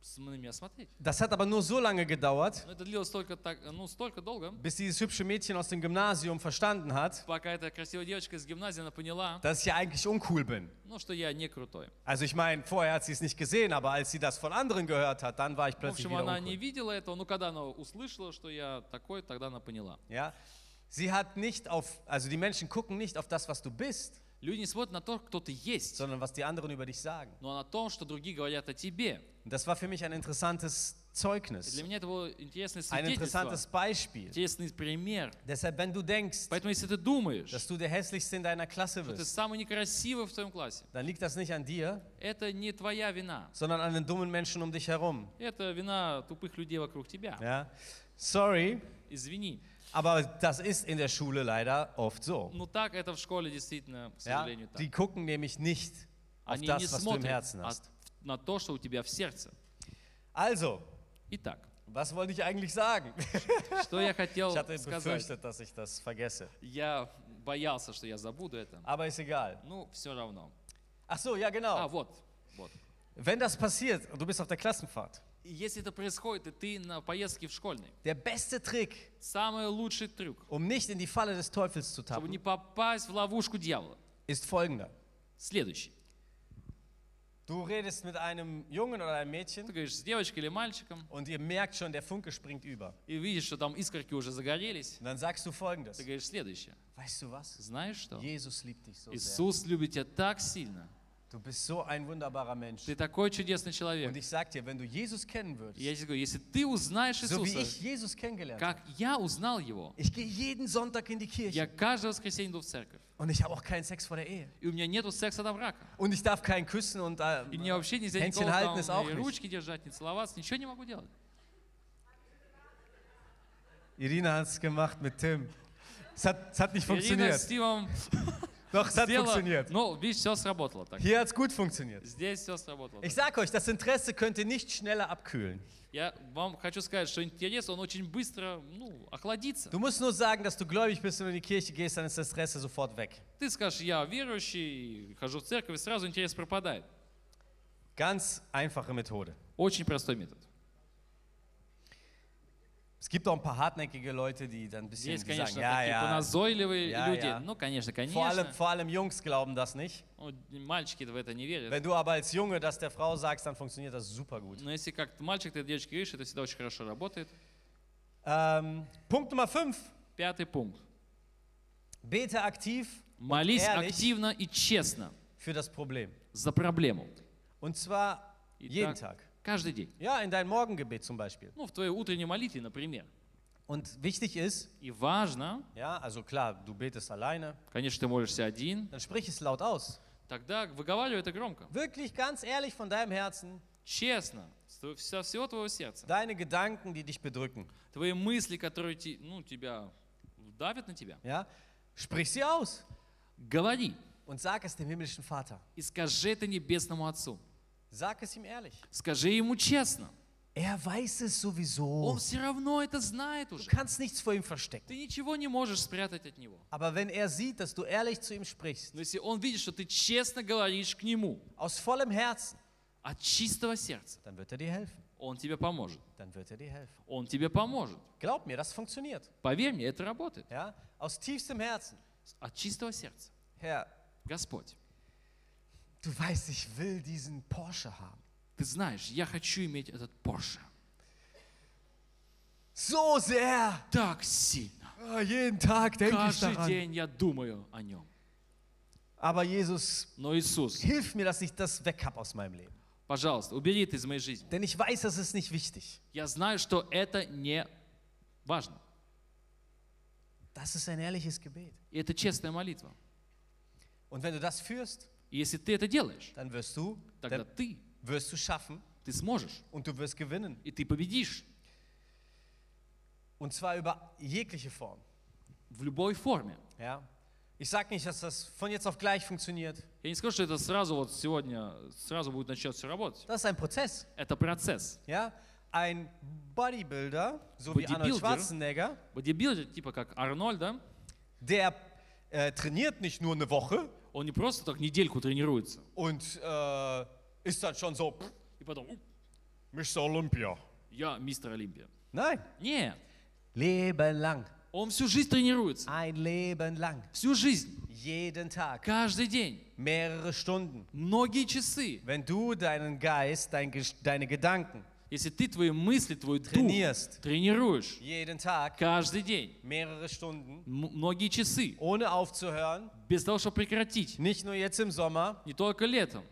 [SPEAKER 2] с- на меня смотреть.
[SPEAKER 1] Das hat aber nur so lange gedauert,
[SPEAKER 2] Но это длилось только так, ну, столько долго,
[SPEAKER 1] bis dieses hübsche Mädchen aus dem Gymnasium verstanden hat,
[SPEAKER 2] пока эта красивая девочка из гимназии, она поняла,
[SPEAKER 1] dass ich ja eigentlich uncool bin.
[SPEAKER 2] ну, что я не крутой.
[SPEAKER 1] Also ich meine, vorher hat sie es nicht gesehen, aber als sie das von anderen gehört hat, dann war ich
[SPEAKER 2] В
[SPEAKER 1] plötzlich
[SPEAKER 2] общем,
[SPEAKER 1] wieder
[SPEAKER 2] она не
[SPEAKER 1] uncool.
[SPEAKER 2] видела этого, но когда она услышала, что я такой, тогда она поняла.
[SPEAKER 1] Ja? Sie hat nicht auf, also die Menschen gucken nicht auf das, was du bist,
[SPEAKER 2] Люди не смотрят на то, кто ты есть,
[SPEAKER 1] sondern was die anderen über dich sagen.
[SPEAKER 2] но на том, что другие говорят о тебе.
[SPEAKER 1] Und das war für mich ein interessantes
[SPEAKER 2] Для
[SPEAKER 1] Zeugnis,
[SPEAKER 2] меня это было интересное
[SPEAKER 1] ein
[SPEAKER 2] свидетельство,
[SPEAKER 1] interessantes Beispiel.
[SPEAKER 2] интересный пример.
[SPEAKER 1] Deshalb, wenn du denkst,
[SPEAKER 2] Поэтому, если ты думаешь,
[SPEAKER 1] dass du der hässlichste in deiner Klasse
[SPEAKER 2] что ты
[SPEAKER 1] bist,
[SPEAKER 2] самый некрасивый в твоем классе,
[SPEAKER 1] dann liegt das nicht an dir,
[SPEAKER 2] это не твоя вина.
[SPEAKER 1] sondern an den dummen Menschen um dich herum.
[SPEAKER 2] Это вина тупых людей вокруг тебя.
[SPEAKER 1] Ja? Sorry,
[SPEAKER 2] Извини.
[SPEAKER 1] aber das ist in der Schule leider oft so.
[SPEAKER 2] Ну так это в школе действительно, к
[SPEAKER 1] Ja?
[SPEAKER 2] сожалению, так.
[SPEAKER 1] Die gucken nämlich nicht auf
[SPEAKER 2] Они не
[SPEAKER 1] das, was du im
[SPEAKER 2] смотрят
[SPEAKER 1] Herzen
[SPEAKER 2] а,
[SPEAKER 1] hast.
[SPEAKER 2] в- на то, что у тебя в сердце.
[SPEAKER 1] Also,
[SPEAKER 2] Итак,
[SPEAKER 1] was wollte ich eigentlich sagen?
[SPEAKER 2] что я хотел
[SPEAKER 1] Ich hatte
[SPEAKER 2] сказать.
[SPEAKER 1] befürchtet, dass ich das vergesse.
[SPEAKER 2] Я боялся, что я забуду это.
[SPEAKER 1] Aber ist egal.
[SPEAKER 2] Ну, все равно.
[SPEAKER 1] Ach so, ja
[SPEAKER 2] А,
[SPEAKER 1] genau.
[SPEAKER 2] вот. вот.
[SPEAKER 1] Wenn das passiert, und du bist auf der Klassenfahrt,
[SPEAKER 2] И Если это происходит, и ты на поездке в школьной,
[SPEAKER 1] der beste Trick,
[SPEAKER 2] самый лучший трюк,
[SPEAKER 1] um nicht in die Falle des Teufels zu
[SPEAKER 2] чтобы не
[SPEAKER 1] tappen,
[SPEAKER 2] попасть в ловушку дьявола,
[SPEAKER 1] ist folgender.
[SPEAKER 2] следующий.
[SPEAKER 1] Du redest mit einem Jungen oder einem
[SPEAKER 2] Ты
[SPEAKER 1] Mädchen
[SPEAKER 2] говоришь с девочкой или мальчиком,
[SPEAKER 1] und ihr merkt schon, der Funke springt über.
[SPEAKER 2] и видишь, что там искорки уже загорелись,
[SPEAKER 1] Und dann sagst du folgendes.
[SPEAKER 2] ты говоришь следующее.
[SPEAKER 1] Weißt du was?
[SPEAKER 2] Знаешь что?
[SPEAKER 1] Jesus liebt dich so sehr.
[SPEAKER 2] Иисус любит тебя так сильно.
[SPEAKER 1] Du bist so ein wunderbarer Mensch.
[SPEAKER 2] Ты такой чудесный
[SPEAKER 1] Und
[SPEAKER 2] человек.
[SPEAKER 1] ich sag dir, wenn du Jesus kennen
[SPEAKER 2] И я
[SPEAKER 1] würdest,
[SPEAKER 2] тебе говорю, если ты узнаешь
[SPEAKER 1] so wie ich
[SPEAKER 2] Иисуса,
[SPEAKER 1] Jesus kennengelernt habe,
[SPEAKER 2] как я узнал Его,
[SPEAKER 1] ich gehe jeden Sonntag in die Kirche.
[SPEAKER 2] я каждое воскресенье иду в церковь,
[SPEAKER 1] Und ich habe auch keinen Sex vor der Ehe.
[SPEAKER 2] и у меня нету секса до брака.
[SPEAKER 1] Und ich darf keinen küssen und äh,
[SPEAKER 2] И мне вообще нельзя
[SPEAKER 1] Händchen
[SPEAKER 2] никого
[SPEAKER 1] halten
[SPEAKER 2] там,
[SPEAKER 1] ist auch
[SPEAKER 2] и
[SPEAKER 1] nicht.
[SPEAKER 2] ручки держать, не целоваться, ничего не могу делать.
[SPEAKER 1] Irina hat es gemacht mit Tim. Es hat, es hat nicht
[SPEAKER 2] Ирина
[SPEAKER 1] funktioniert.
[SPEAKER 2] с Тимом
[SPEAKER 1] Doch, es hat
[SPEAKER 2] сделала,
[SPEAKER 1] funktioniert.
[SPEAKER 2] ну, видишь, все сработало так.
[SPEAKER 1] Hier hat es gut funktioniert.
[SPEAKER 2] Здесь все сработало.
[SPEAKER 1] Ich
[SPEAKER 2] так.
[SPEAKER 1] sag euch, das Interesse könnte nicht schneller abkühlen.
[SPEAKER 2] Я вам хочу сказать, что интерес, он очень быстро, ну, охладится.
[SPEAKER 1] Du musst nur sagen, dass du gläubig bist und in die Kirche gehst, dann ist das Interesse sofort weg.
[SPEAKER 2] Ты скажешь, я верующий, хожу в церковь, и сразу интерес пропадает.
[SPEAKER 1] Ganz einfache Methode.
[SPEAKER 2] Очень простой метод.
[SPEAKER 1] Es gibt auch ein paar hartnäckige Leute, die dann ein bisschen
[SPEAKER 2] Есть,
[SPEAKER 1] die sagen,
[SPEAKER 2] конечно,
[SPEAKER 1] ja,
[SPEAKER 2] такие
[SPEAKER 1] ja.
[SPEAKER 2] поназойливые
[SPEAKER 1] Я-
[SPEAKER 2] люди.
[SPEAKER 1] я.
[SPEAKER 2] Ну, конечно,
[SPEAKER 1] Vor allem,
[SPEAKER 2] конечно.
[SPEAKER 1] vor allem Jungs glauben das nicht.
[SPEAKER 2] Ну, Мальчики в это не верят.
[SPEAKER 1] Wenn du aber als Junge das der Frau sagst, dann funktioniert das super gut.
[SPEAKER 2] Но если как мальчик, ты девочке говоришь, это всегда очень хорошо работает.
[SPEAKER 1] Ähm, Punkt Nummer 5.
[SPEAKER 2] Пятый пункт.
[SPEAKER 1] Bete aktiv
[SPEAKER 2] Молись
[SPEAKER 1] ehrlich.
[SPEAKER 2] активно и честно
[SPEAKER 1] für das Problem.
[SPEAKER 2] за проблему.
[SPEAKER 1] Und zwar
[SPEAKER 2] И
[SPEAKER 1] jeden
[SPEAKER 2] так
[SPEAKER 1] Tag.
[SPEAKER 2] каждый день.
[SPEAKER 1] Ja, in dein Morgengebet zum Beispiel.
[SPEAKER 2] Ну, в твоей утренней молитве, например.
[SPEAKER 1] Und wichtig ist,
[SPEAKER 2] И важно,
[SPEAKER 1] ja, also klar, du betest alleine,
[SPEAKER 2] конечно, ты молишься один,
[SPEAKER 1] dann sprich es laut aus.
[SPEAKER 2] тогда выговаривай это громко.
[SPEAKER 1] Wirklich ganz ehrlich von deinem Herzen,
[SPEAKER 2] Честно, с тво- со всего твоего сердца.
[SPEAKER 1] deine Gedanken, die dich bedrücken,
[SPEAKER 2] Твои мысли, которые те- ну, тебя давят на тебя.
[SPEAKER 1] ja, sprich sie aus
[SPEAKER 2] Говори
[SPEAKER 1] und sag es dem himmlischen Vater.
[SPEAKER 2] и скажи это небесному Отцу.
[SPEAKER 1] Sag es ihm ehrlich.
[SPEAKER 2] Скажи ему честно.
[SPEAKER 1] Er weiß es
[SPEAKER 2] Он
[SPEAKER 1] sowieso.
[SPEAKER 2] все равно это знает
[SPEAKER 1] Du
[SPEAKER 2] уже.
[SPEAKER 1] kannst nichts vor ihm verstecken.
[SPEAKER 2] Ты ничего не можешь спрятать от него.
[SPEAKER 1] Aber wenn er sieht, dass du ehrlich zu ihm sprichst,
[SPEAKER 2] Но если он видит, что ты честно говоришь к нему
[SPEAKER 1] aus vollem Herzen,
[SPEAKER 2] от чистого сердца,
[SPEAKER 1] dann wird er dir helfen.
[SPEAKER 2] он тебе поможет.
[SPEAKER 1] Dann wird er dir helfen.
[SPEAKER 2] Он тебе поможет.
[SPEAKER 1] Glaub mir, das funktioniert.
[SPEAKER 2] Поверь мне, это работает.
[SPEAKER 1] Ja? Aus tiefstem Herzen.
[SPEAKER 2] От чистого сердца.
[SPEAKER 1] Herr,
[SPEAKER 2] Господь,
[SPEAKER 1] du weißt, ich will diesen Porsche haben.
[SPEAKER 2] ты знаешь, я хочу иметь этот Porsche.
[SPEAKER 1] So sehr.
[SPEAKER 2] Так сильно.
[SPEAKER 1] Ah, jeden Tag denke ich
[SPEAKER 2] Каждый
[SPEAKER 1] daran.
[SPEAKER 2] день я думаю о нем.
[SPEAKER 1] Aber Jesus,
[SPEAKER 2] Но Иисус,
[SPEAKER 1] hilf mir, dass ich das weg habe aus meinem Leben.
[SPEAKER 2] пожалуйста, убери это из моей жизни.
[SPEAKER 1] Denn ich weiß, das ist nicht wichtig.
[SPEAKER 2] Я знаю, что это не важно.
[SPEAKER 1] Das ist ein ehrliches Gebet.
[SPEAKER 2] И это честная молитва.
[SPEAKER 1] Und wenn du das führst,
[SPEAKER 2] И если ты это делаешь,
[SPEAKER 1] dann wirst du,
[SPEAKER 2] тогда
[SPEAKER 1] dann
[SPEAKER 2] ты,
[SPEAKER 1] wirst du schaffen
[SPEAKER 2] ты сможешь,
[SPEAKER 1] und du wirst gewinnen.
[SPEAKER 2] и ты победишь
[SPEAKER 1] Und zwar über jegliche Form.
[SPEAKER 2] в любой форме.
[SPEAKER 1] Ja? Ich sage nicht, dass das von jetzt auf gleich funktioniert.
[SPEAKER 2] Я не скажу, что это сразу вот сегодня, сразу будет начать все работать.
[SPEAKER 1] Das ist ein Prozess.
[SPEAKER 2] Это процесс.
[SPEAKER 1] Ja? Ein Bodybuilder, so wie Arnold
[SPEAKER 2] Bodybuilder?
[SPEAKER 1] Schwarzenegger,
[SPEAKER 2] Бодибилдер, типа как Арнольд, да?
[SPEAKER 1] der äh, trainiert nicht nur eine Woche
[SPEAKER 2] Он не просто так недельку тренируется.
[SPEAKER 1] und äh, ist dann schon so, pff,
[SPEAKER 2] И потом, «Уп,
[SPEAKER 1] Mr. Olympia.
[SPEAKER 2] я мистер Олимпия.
[SPEAKER 1] Nein.
[SPEAKER 2] Нет,
[SPEAKER 1] Leben lang.
[SPEAKER 2] он всю жизнь тренируется.
[SPEAKER 1] Ein Leben lang.
[SPEAKER 2] Всю жизнь.
[SPEAKER 1] Jeden Tag.
[SPEAKER 2] Каждый день.
[SPEAKER 1] Mehrere Stunden.
[SPEAKER 2] Многие часы.
[SPEAKER 1] Wenn du deinen Geist, dein, Ges- deine Gedanken
[SPEAKER 2] Если ты твои мысли, твой дух
[SPEAKER 1] Trainierst.
[SPEAKER 2] тренируешь
[SPEAKER 1] jeden Tag,
[SPEAKER 2] каждый день,
[SPEAKER 1] mehrere Stunden,
[SPEAKER 2] м- многие часы,
[SPEAKER 1] ohne aufzuhören,
[SPEAKER 2] без того, чтобы прекратить,
[SPEAKER 1] nicht nur jetzt im Sommer,
[SPEAKER 2] не только летом,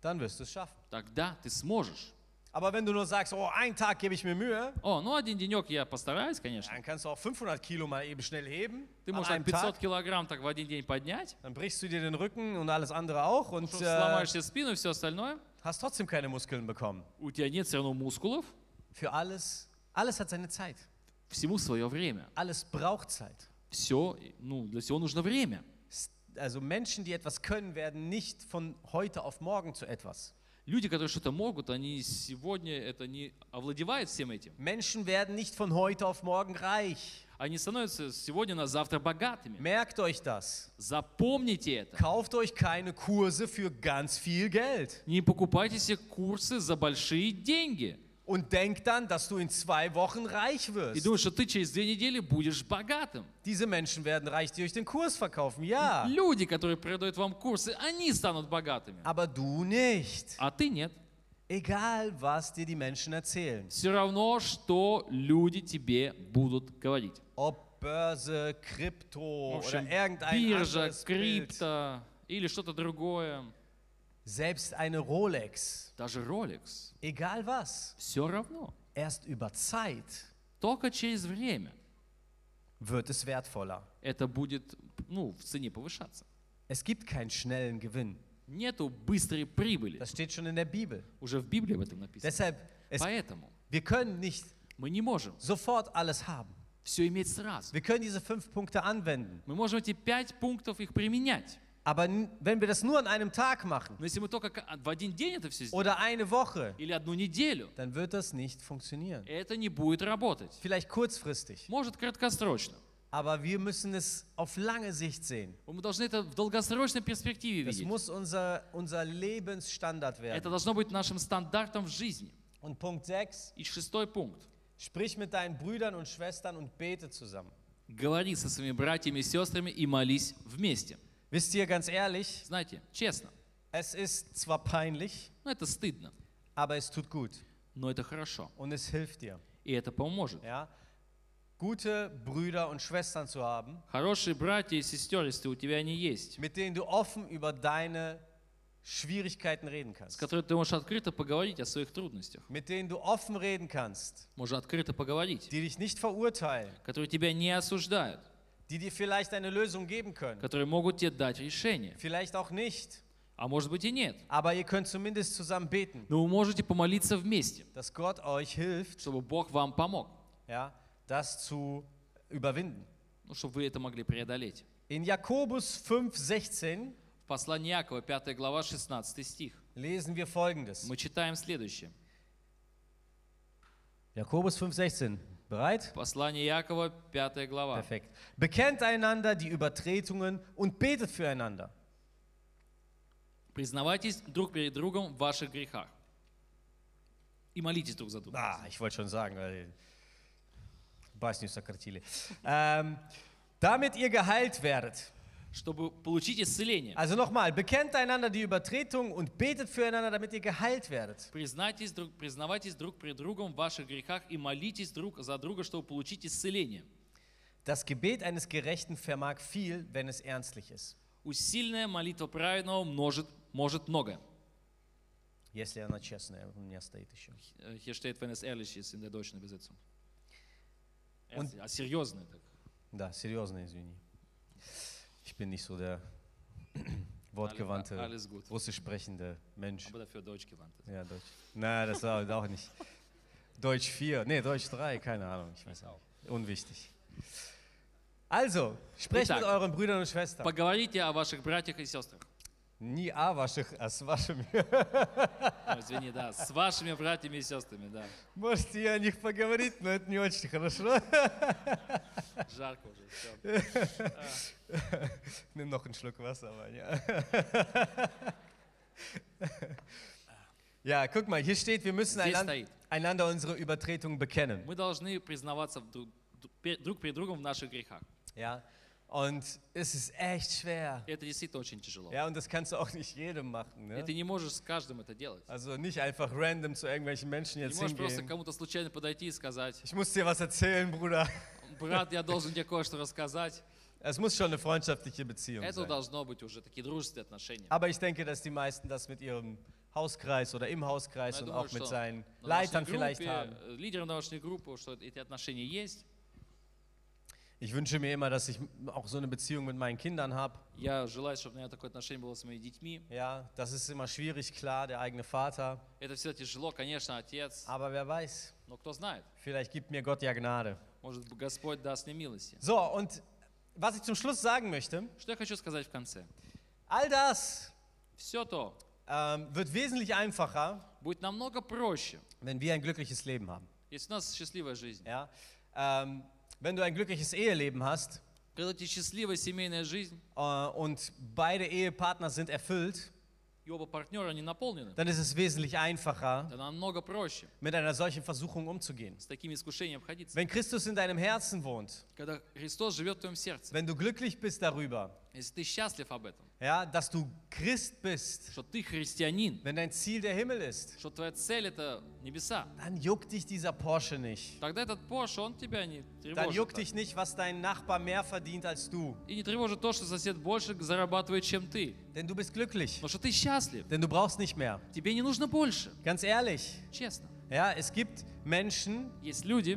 [SPEAKER 1] dann wirst du es schaffen.
[SPEAKER 2] тогда ты сможешь.
[SPEAKER 1] Aber wenn du nur sagst, oh, einen Tag gebe ich mir Mühe,
[SPEAKER 2] О, ну один денек я постараюсь, конечно.
[SPEAKER 1] dann kannst du auch 500 Kilo mal eben schnell heben.
[SPEAKER 2] Ты
[SPEAKER 1] an
[SPEAKER 2] можешь там
[SPEAKER 1] einem
[SPEAKER 2] 500
[SPEAKER 1] Tag.
[SPEAKER 2] килограмм так в один день поднять,
[SPEAKER 1] Dann brichst du dir den Rücken und alles andere auch und
[SPEAKER 2] что
[SPEAKER 1] äh,
[SPEAKER 2] сломаешь себе спину и все остальное.
[SPEAKER 1] hast трotzdem keine Muskeln bekommen.
[SPEAKER 2] У тебя нет все равно мускулов.
[SPEAKER 1] Für alles, alles hat seine Zeit.
[SPEAKER 2] Всему свое время.
[SPEAKER 1] Alles braucht Zeit.
[SPEAKER 2] Все, ну, для всего нужно время.
[SPEAKER 1] S- Also Menschen, die etwas können, werden nicht von heute auf morgen zu etwas.
[SPEAKER 2] Люди, которые что-то могут, они сегодня это не овладевают всем этим.
[SPEAKER 1] Menschen werden nicht von heute auf morgen reich.
[SPEAKER 2] Они становятся сегодня на завтра богатыми.
[SPEAKER 1] Merkt euch das.
[SPEAKER 2] Запомните это.
[SPEAKER 1] Kauft euch keine Kurse für ganz viel Geld
[SPEAKER 2] Не покупайте себе курсы за большие деньги.
[SPEAKER 1] und denkt dann, dass du in zwei Wochen reich
[SPEAKER 2] И
[SPEAKER 1] wirst.
[SPEAKER 2] думаешь, что ты через две недели будешь богатым.
[SPEAKER 1] Diese Menschen werden reich, die euch den Kurs verkaufen. Ja,
[SPEAKER 2] Люди, которые продают вам курсы, они станут богатыми.
[SPEAKER 1] aber du nicht.
[SPEAKER 2] А ты нет.
[SPEAKER 1] Egal, was dir die Menschen erzählen.
[SPEAKER 2] Все равно, что люди тебе будут говорить.
[SPEAKER 1] Ob Börse,
[SPEAKER 2] В
[SPEAKER 1] Krypto oder
[SPEAKER 2] общем,
[SPEAKER 1] irgendein
[SPEAKER 2] биржа,
[SPEAKER 1] anderes Bild.
[SPEAKER 2] крипто или что-то другое.
[SPEAKER 1] Selbst eine Rolex.
[SPEAKER 2] Даже Rolex.
[SPEAKER 1] Egal was.
[SPEAKER 2] Все равно.
[SPEAKER 1] Erst über Zeit
[SPEAKER 2] Только через время
[SPEAKER 1] wird es wertvoller.
[SPEAKER 2] это будет ну, в цене повышаться.
[SPEAKER 1] Es gibt keinen schnellen Gewinn.
[SPEAKER 2] Нету быстрой прибыли.
[SPEAKER 1] Das steht schon in der Bibel.
[SPEAKER 2] Уже в Библии об этом написано.
[SPEAKER 1] Deshalb, es,
[SPEAKER 2] Поэтому
[SPEAKER 1] wir können nicht
[SPEAKER 2] мы не можем
[SPEAKER 1] sofort alles haben.
[SPEAKER 2] все иметь сразу.
[SPEAKER 1] Wir können diese fünf Punkte anwenden.
[SPEAKER 2] Мы можем эти пять пунктов их применять.
[SPEAKER 1] Aber n- wenn wir das nur an einem Tag machen
[SPEAKER 2] Но если мы только к- в один день это все сделаем,
[SPEAKER 1] oder eine Woche,
[SPEAKER 2] или одну неделю,
[SPEAKER 1] dann wird das nicht funktionieren.
[SPEAKER 2] это не будет работать.
[SPEAKER 1] Vielleicht kurzfristig,
[SPEAKER 2] Может, краткосрочно.
[SPEAKER 1] aber wir müssen es auf lange Sicht sehen.
[SPEAKER 2] Мы должны это в долгосрочной перспективе
[SPEAKER 1] Das
[SPEAKER 2] видеть.
[SPEAKER 1] muss unser, unser Lebensstandard
[SPEAKER 2] Это
[SPEAKER 1] werden.
[SPEAKER 2] должно быть нашим стандартом в жизни.
[SPEAKER 1] Und Punkt 6,
[SPEAKER 2] И шестой пунkt.
[SPEAKER 1] sprich mit deinen Brüdern und Schwestern und bete zusammen.
[SPEAKER 2] Говори со своими братьями и сестрами и молись вместе.
[SPEAKER 1] Wisst ihr, ganz ehrlich,
[SPEAKER 2] Знаете, честно,
[SPEAKER 1] Es ist zwar peinlich,
[SPEAKER 2] ну это стыдно,
[SPEAKER 1] aber es tut gut
[SPEAKER 2] но это хорошо.
[SPEAKER 1] und es hilft dir.
[SPEAKER 2] И это поможет.
[SPEAKER 1] Ja? Gute Brüder und Schwestern zu haben,
[SPEAKER 2] Хорошие братья и сестер, если у тебя они есть,
[SPEAKER 1] mit denen du offen über deine Schwierigkeiten reden
[SPEAKER 2] с
[SPEAKER 1] kannst.
[SPEAKER 2] которыми ты можешь открыто поговорить о своих трудностях.
[SPEAKER 1] Mit denen du offen reden kannst,
[SPEAKER 2] Можешь открыто поговорить.
[SPEAKER 1] die dich nicht verurteilen,
[SPEAKER 2] Которые тебя не осуждают.
[SPEAKER 1] die dir vielleicht eine Lösung geben können.
[SPEAKER 2] Которые могут тебе дать решение.
[SPEAKER 1] Vielleicht auch nicht,
[SPEAKER 2] А может быть и нет.
[SPEAKER 1] aber ihr könnt zumindest zusammen beten,
[SPEAKER 2] Но вы можете помолиться вместе,
[SPEAKER 1] dass Gott euch hilft,
[SPEAKER 2] чтобы Бог вам помог.
[SPEAKER 1] ja, das zu überwinden.
[SPEAKER 2] Ну, чтобы вы это могли преодолеть.
[SPEAKER 1] In Jakobus 5,16
[SPEAKER 2] В послании Якова, 5 глава, 16 стих.
[SPEAKER 1] lesen wir folgendes.
[SPEAKER 2] Мы читаем следующее.
[SPEAKER 1] Jakobus 5,16. Bereit?
[SPEAKER 2] Послание Якова, 5 глава.
[SPEAKER 1] Perfekt. Bekennt einander die Übertretungen und betet füreinander.
[SPEAKER 2] Признавайтесь друг перед другом в ваших грехах. И молитесь друг за друга.
[SPEAKER 1] Ah, ich wollte schon sagen, weil. Basnius Sakartile. Ähm, damit ihr geheilt werdet.
[SPEAKER 2] Чтобы получить исцеление.
[SPEAKER 1] Also nochmal, bekennt einander die Übertretungen und betet füreinander, damit ihr geheilt werdet.
[SPEAKER 2] Признайтесь друг, признавайтесь друг перед другом в ваших грехах и молитесь друг за друга, чтобы получить исцеление.
[SPEAKER 1] Das Gebet eines Gerechten vermag viel, wenn es ernstlich ist.
[SPEAKER 2] Усильная молитва праведного множит, может многое.
[SPEAKER 1] Если она честная, у меня стоит еще.
[SPEAKER 2] Hier steht, wenn es ehrlich ist in der deutschen Übersetzung.
[SPEAKER 1] Und-
[SPEAKER 2] а серьезное Э, так.
[SPEAKER 1] Да, серьезно, извини. Ich bin nicht so der
[SPEAKER 2] Alle-
[SPEAKER 1] wortgewandte,
[SPEAKER 2] Alles gut.
[SPEAKER 1] russisch sprechende Mensch.
[SPEAKER 2] Aber dafür Deutsch gewandt. ist.
[SPEAKER 1] Ja, Deutsch. Na, das war auch nicht. Deutsch 4, nee, Deutsch 3, keine Ahnung, ich weiß
[SPEAKER 2] auch.
[SPEAKER 1] nicht. Unwichtig. Also, sprecht
[SPEAKER 2] Итак,
[SPEAKER 1] mit euren Brüdern und Schwestern.
[SPEAKER 2] Поговорите о ваших братьях и сестрах.
[SPEAKER 1] Не о ваших, а с вашими.
[SPEAKER 2] Ну, извини, да, с вашими братьями и сестрами, да.
[SPEAKER 1] Можете и о них поговорить, но это не очень хорошо.
[SPEAKER 2] Жарко уже, всё.
[SPEAKER 1] Nimm noch einen Schluck Wasser, Mann. Ja. ja, guck mal, hier steht, wir müssen
[SPEAKER 2] Здесь
[SPEAKER 1] einan-
[SPEAKER 2] стоит.
[SPEAKER 1] einander unsere Übertretungen bekennen.
[SPEAKER 2] Мы должны признаваться в друг, друг пе- друг перед другом в наших грехах.
[SPEAKER 1] Ja, und es ist echt schwer.
[SPEAKER 2] Это действительно очень тяжело.
[SPEAKER 1] Ja, und das kannst du auch nicht jedem machen.
[SPEAKER 2] И
[SPEAKER 1] Ne?
[SPEAKER 2] ты не можешь с каждым это делать.
[SPEAKER 1] Also nicht einfach random zu irgendwelchen Menschen
[SPEAKER 2] Не
[SPEAKER 1] jetzt
[SPEAKER 2] можешь просто к
[SPEAKER 1] hingehen.
[SPEAKER 2] кому-то случайно подойти и сказать,
[SPEAKER 1] Ich muss dir was erzählen, Bruder.
[SPEAKER 2] брат, я должен тебе кое-что рассказать.
[SPEAKER 1] Es muss schon eine freundschaftliche Beziehung
[SPEAKER 2] Это
[SPEAKER 1] sein.
[SPEAKER 2] должно быть уже такие дружественные отношения.
[SPEAKER 1] Aber ich denke, dass die meisten das mit ihrem Hauskreis oder im Hauskreis
[SPEAKER 2] Я
[SPEAKER 1] und
[SPEAKER 2] думаю,
[SPEAKER 1] auch
[SPEAKER 2] что
[SPEAKER 1] mit seinen
[SPEAKER 2] на нашей
[SPEAKER 1] Leitern vielleicht
[SPEAKER 2] группе,
[SPEAKER 1] haben.
[SPEAKER 2] э, лидерам научной группы, что эти отношения есть.
[SPEAKER 1] Ich wünsche mir immer, dass ich auch so eine Beziehung mit meinen Kindern habe.
[SPEAKER 2] Я желаю, чтобы у меня такое отношение было с моими детьми.
[SPEAKER 1] Ja, das ist immer schwierig, klar, der eigene Vater.
[SPEAKER 2] Это всегда тяжело, конечно, отец,
[SPEAKER 1] Aber wer weiß,
[SPEAKER 2] но кто знает.
[SPEAKER 1] vielleicht gibt mir Gott ja Gnade.
[SPEAKER 2] Может, Господь даст мне милости.
[SPEAKER 1] So, und was ich zum Schluss sagen möchte,
[SPEAKER 2] Что я хочу сказать в конце?
[SPEAKER 1] all das
[SPEAKER 2] Все то
[SPEAKER 1] ähm, wird wesentlich einfacher,
[SPEAKER 2] будет намного проще,
[SPEAKER 1] wenn wir ein glückliches Leben haben.
[SPEAKER 2] если у нас счастливая жизнь.
[SPEAKER 1] Ja? Ähm, wenn du ein glückliches Eheleben hast
[SPEAKER 2] Когда у тебя счастливая семейная жизнь,
[SPEAKER 1] äh, und beide Ehepartner sind erfüllt,
[SPEAKER 2] и оба партнера не наполнены,
[SPEAKER 1] dann ist es wesentlich einfacher,
[SPEAKER 2] это намного проще
[SPEAKER 1] mit einer solchen Versuchung umzugehen.
[SPEAKER 2] с такими искушениями обходиться.
[SPEAKER 1] Wenn Christus in deinem Herzen wohnt,
[SPEAKER 2] Когда Христос живет в твоем сердце,
[SPEAKER 1] wenn du glücklich bist darüber,
[SPEAKER 2] если ты счастлив об этом,
[SPEAKER 1] Ja, dass du Christ bist,
[SPEAKER 2] что ты христианин,
[SPEAKER 1] wenn dein Ziel der Himmel ist,
[SPEAKER 2] что твоя цель это небеса,
[SPEAKER 1] dann juckt dich dieser Porsche nicht.
[SPEAKER 2] тогда этот Porsche, он тебя не
[SPEAKER 1] Dann
[SPEAKER 2] тревожит.
[SPEAKER 1] juckt
[SPEAKER 2] так.
[SPEAKER 1] dich nicht, was dein Nachbar mehr verdient als du.
[SPEAKER 2] И не тревожит то, что сосед больше зарабатывает, чем ты.
[SPEAKER 1] Denn du bist glücklich.
[SPEAKER 2] Потому что ты счастлив.
[SPEAKER 1] Denn du brauchst nicht mehr.
[SPEAKER 2] Тебе не нужно больше.
[SPEAKER 1] Ganz ehrlich,
[SPEAKER 2] Честно.
[SPEAKER 1] ja, es gibt Menschen,
[SPEAKER 2] Есть люди,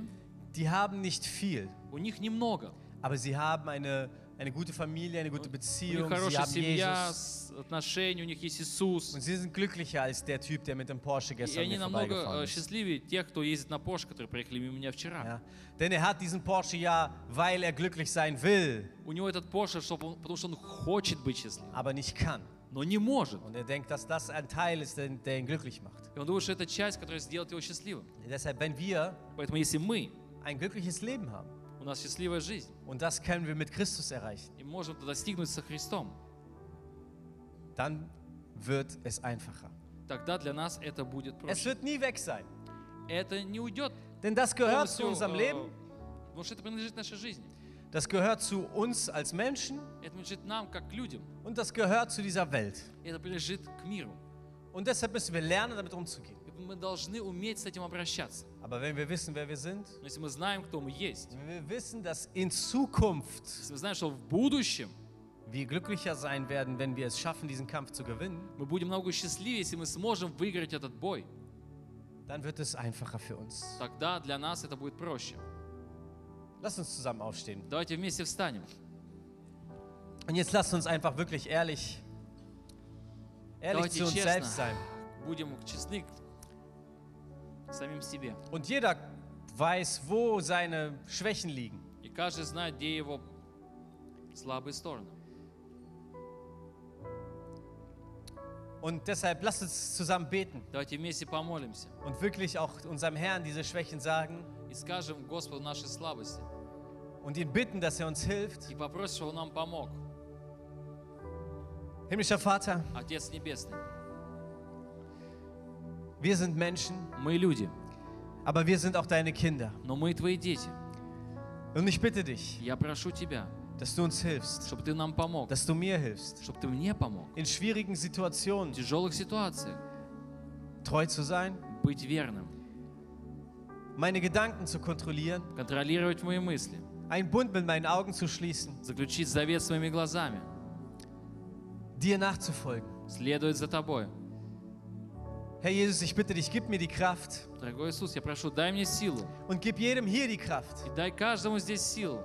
[SPEAKER 1] die haben nicht viel,
[SPEAKER 2] у них немного.
[SPEAKER 1] aber sie haben eine, eine gute Familie, eine gute
[SPEAKER 2] У них
[SPEAKER 1] Beziehung, sie
[SPEAKER 2] хорошая
[SPEAKER 1] haben
[SPEAKER 2] семья,
[SPEAKER 1] Jesus.
[SPEAKER 2] с- отношения, у них есть
[SPEAKER 1] Und
[SPEAKER 2] Иисус.
[SPEAKER 1] sie sind glücklicher als der Typ, der mit dem Porsche
[SPEAKER 2] И
[SPEAKER 1] gestern an
[SPEAKER 2] они
[SPEAKER 1] mir
[SPEAKER 2] намного
[SPEAKER 1] vorbeigefahren
[SPEAKER 2] э,
[SPEAKER 1] ist.
[SPEAKER 2] счастливее тех, кто ездит на Porsche, которые приехали мимо меня вчера.
[SPEAKER 1] Ja. Denn er hat diesen Porsche ja, weil er glücklich sein will,
[SPEAKER 2] У него этот Porsche, чтоб он- потому что он хочет быть счастливым,
[SPEAKER 1] aber nicht kann.
[SPEAKER 2] но не может.
[SPEAKER 1] Und er denkt, dass das ein Teil ist, der, der ihn glücklich macht.
[SPEAKER 2] И он думает, что это часть, которая сделает его счастливым.
[SPEAKER 1] Deshalb, wenn wir
[SPEAKER 2] Поэтому если мы,
[SPEAKER 1] ein glückliches Leben haben,
[SPEAKER 2] у нас счастливая жизнь,
[SPEAKER 1] und das können wir mit Christus erreichen,
[SPEAKER 2] и можем это достигнуть со Христом,
[SPEAKER 1] dann wird es einfacher.
[SPEAKER 2] тогда для нас это будет
[SPEAKER 1] Es
[SPEAKER 2] проще.
[SPEAKER 1] wird nie weg sein,
[SPEAKER 2] Это не уйдет
[SPEAKER 1] denn das gehört zu
[SPEAKER 2] полностью,
[SPEAKER 1] unserem
[SPEAKER 2] э,
[SPEAKER 1] Leben,
[SPEAKER 2] потому что это принадлежит нашей жизни.
[SPEAKER 1] das gehört zu uns als Menschen
[SPEAKER 2] Это принадлежит нам, как людям.
[SPEAKER 1] und das gehört zu dieser Welt.
[SPEAKER 2] Это принадлежит к миру.
[SPEAKER 1] Und deshalb müssen wir lernen, damit umzugehen.
[SPEAKER 2] И Мы должны уметь с этим обращаться.
[SPEAKER 1] Aber wenn wir wissen, wer wir sind,
[SPEAKER 2] Но если мы знаем, кто мы есть,
[SPEAKER 1] wenn wir wissen, dass in Zukunft
[SPEAKER 2] если мы знаем, что в будущем
[SPEAKER 1] wir glücklicher sein werden, wenn wir es schaffen, diesen Kampf zu gewinnen,
[SPEAKER 2] мы будем намного счастливее, если мы сможем выиграть этот бой,
[SPEAKER 1] dann wird es einfacher für uns.
[SPEAKER 2] тогда для нас это будет проще.
[SPEAKER 1] Lass uns zusammen aufstehen.
[SPEAKER 2] Давайте вместе встанем.
[SPEAKER 1] Und jetzt lasst uns einfach wirklich ehrlich, ehrlich
[SPEAKER 2] Leute,
[SPEAKER 1] zu uns
[SPEAKER 2] cheers,
[SPEAKER 1] selbst
[SPEAKER 2] ne?
[SPEAKER 1] sein.
[SPEAKER 2] Будем честны к самим себе.
[SPEAKER 1] Und jeder weiß, wo seine Schwächen liegen.
[SPEAKER 2] И каждый знает, где его слабые стороны.
[SPEAKER 1] Und deshalb lasst uns zusammen beten
[SPEAKER 2] Давайте вместе помолимся
[SPEAKER 1] und wirklich auch unserem Herrn diese Schwächen sagen
[SPEAKER 2] и скажем Господу наши слабости.
[SPEAKER 1] und ihn bitten, dass er uns hilft.
[SPEAKER 2] И попросим, чтобы Он нам помог.
[SPEAKER 1] Himmlischer Vater,
[SPEAKER 2] Отец Небесный,
[SPEAKER 1] wir sind Menschen,
[SPEAKER 2] мы люди,
[SPEAKER 1] aber wir sind auch deine Kinder.
[SPEAKER 2] но мы Твои дети.
[SPEAKER 1] Und ich bitte dich,
[SPEAKER 2] Я прошу Тебя,
[SPEAKER 1] dass du uns hilfst,
[SPEAKER 2] чтобы Ты нам помог,
[SPEAKER 1] dass du mir hilfst,
[SPEAKER 2] чтобы Ты мне помог.
[SPEAKER 1] in schwierigen
[SPEAKER 2] В
[SPEAKER 1] Situationen
[SPEAKER 2] тяжелых ситуациях
[SPEAKER 1] treu zu sein,
[SPEAKER 2] быть верным,
[SPEAKER 1] meine Gedanken zu kontrollieren,
[SPEAKER 2] контролировать мои мысли,
[SPEAKER 1] einen Bund mit meinen Augen zu schließen,
[SPEAKER 2] заключить завет своими глазами,
[SPEAKER 1] dir nachzufolgen.
[SPEAKER 2] следовать за Тобой.
[SPEAKER 1] Herr Jesus, ich bitte dich, gib mir die Kraft
[SPEAKER 2] Дорогой Иисус, я прошу, дай мне силу
[SPEAKER 1] und gib jedem hier die Kraft,
[SPEAKER 2] и дай каждому здесь силу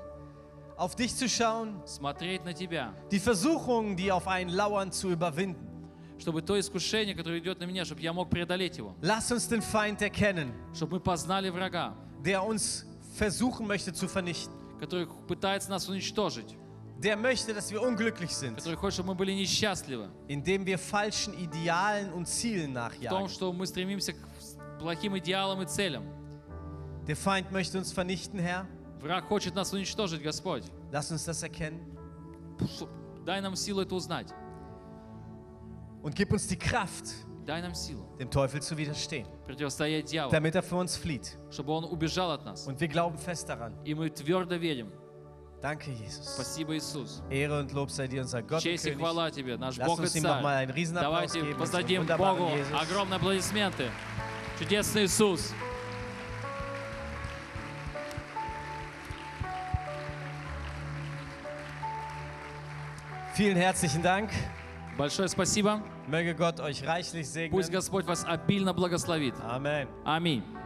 [SPEAKER 1] auf dich zu schauen,
[SPEAKER 2] смотреть на тебя,
[SPEAKER 1] die Versuchungen, die auf einen lauern, zu überwinden.
[SPEAKER 2] чтобы то искушение, которое идет на меня, чтобы я мог преодолеть его,
[SPEAKER 1] Lass uns den Feind erkennen,
[SPEAKER 2] чтобы мы познали врага,
[SPEAKER 1] der uns versuchen möchte zu vernichten,
[SPEAKER 2] который пытается нас уничтожить,
[SPEAKER 1] der möchte, dass wir unglücklich sind,
[SPEAKER 2] который хочет, чтобы мы были несчастливы,
[SPEAKER 1] indem wir falschen Idealen und Zielen
[SPEAKER 2] в том,
[SPEAKER 1] nachjagen.
[SPEAKER 2] что мы стремимся к плохим идеалам и целям.
[SPEAKER 1] Der Feind möchte uns vernichten, Herr.
[SPEAKER 2] Враг хочет нас уничтожить, Господь.
[SPEAKER 1] Lass uns das erkennen
[SPEAKER 2] Чтоб- Дай нам силу это узнать.
[SPEAKER 1] und gib uns die Kraft,
[SPEAKER 2] Дай нам силу
[SPEAKER 1] dem Teufel zu widerstehen,
[SPEAKER 2] противостоять дьяволу,
[SPEAKER 1] damit er für uns flieht.
[SPEAKER 2] чтобы он убежал от нас.
[SPEAKER 1] Und wir glauben fest daran.
[SPEAKER 2] И мы твердо верим.
[SPEAKER 1] Danke, Jesus.
[SPEAKER 2] Спасибо, Иисус.
[SPEAKER 1] Ehre und Lob sei dir, unser Gott. Und
[SPEAKER 2] Честь и
[SPEAKER 1] König.
[SPEAKER 2] хвала тебе, наш
[SPEAKER 1] Lass
[SPEAKER 2] Бог и
[SPEAKER 1] uns ihm noch mal einen
[SPEAKER 2] Царь.
[SPEAKER 1] Riesenapplaus
[SPEAKER 2] Давайте
[SPEAKER 1] geben, diesem
[SPEAKER 2] воздадим
[SPEAKER 1] wunderbaren
[SPEAKER 2] Богу
[SPEAKER 1] Jesus.
[SPEAKER 2] огромные аплодисменты. Чудесный Иисус.
[SPEAKER 1] Vielen herzlichen Dank.
[SPEAKER 2] Большое спасибо.
[SPEAKER 1] Möge Gott euch reichlich
[SPEAKER 2] Пусть
[SPEAKER 1] segnen.
[SPEAKER 2] Господь вас обильно благословит.
[SPEAKER 1] Amen.
[SPEAKER 2] Аминь.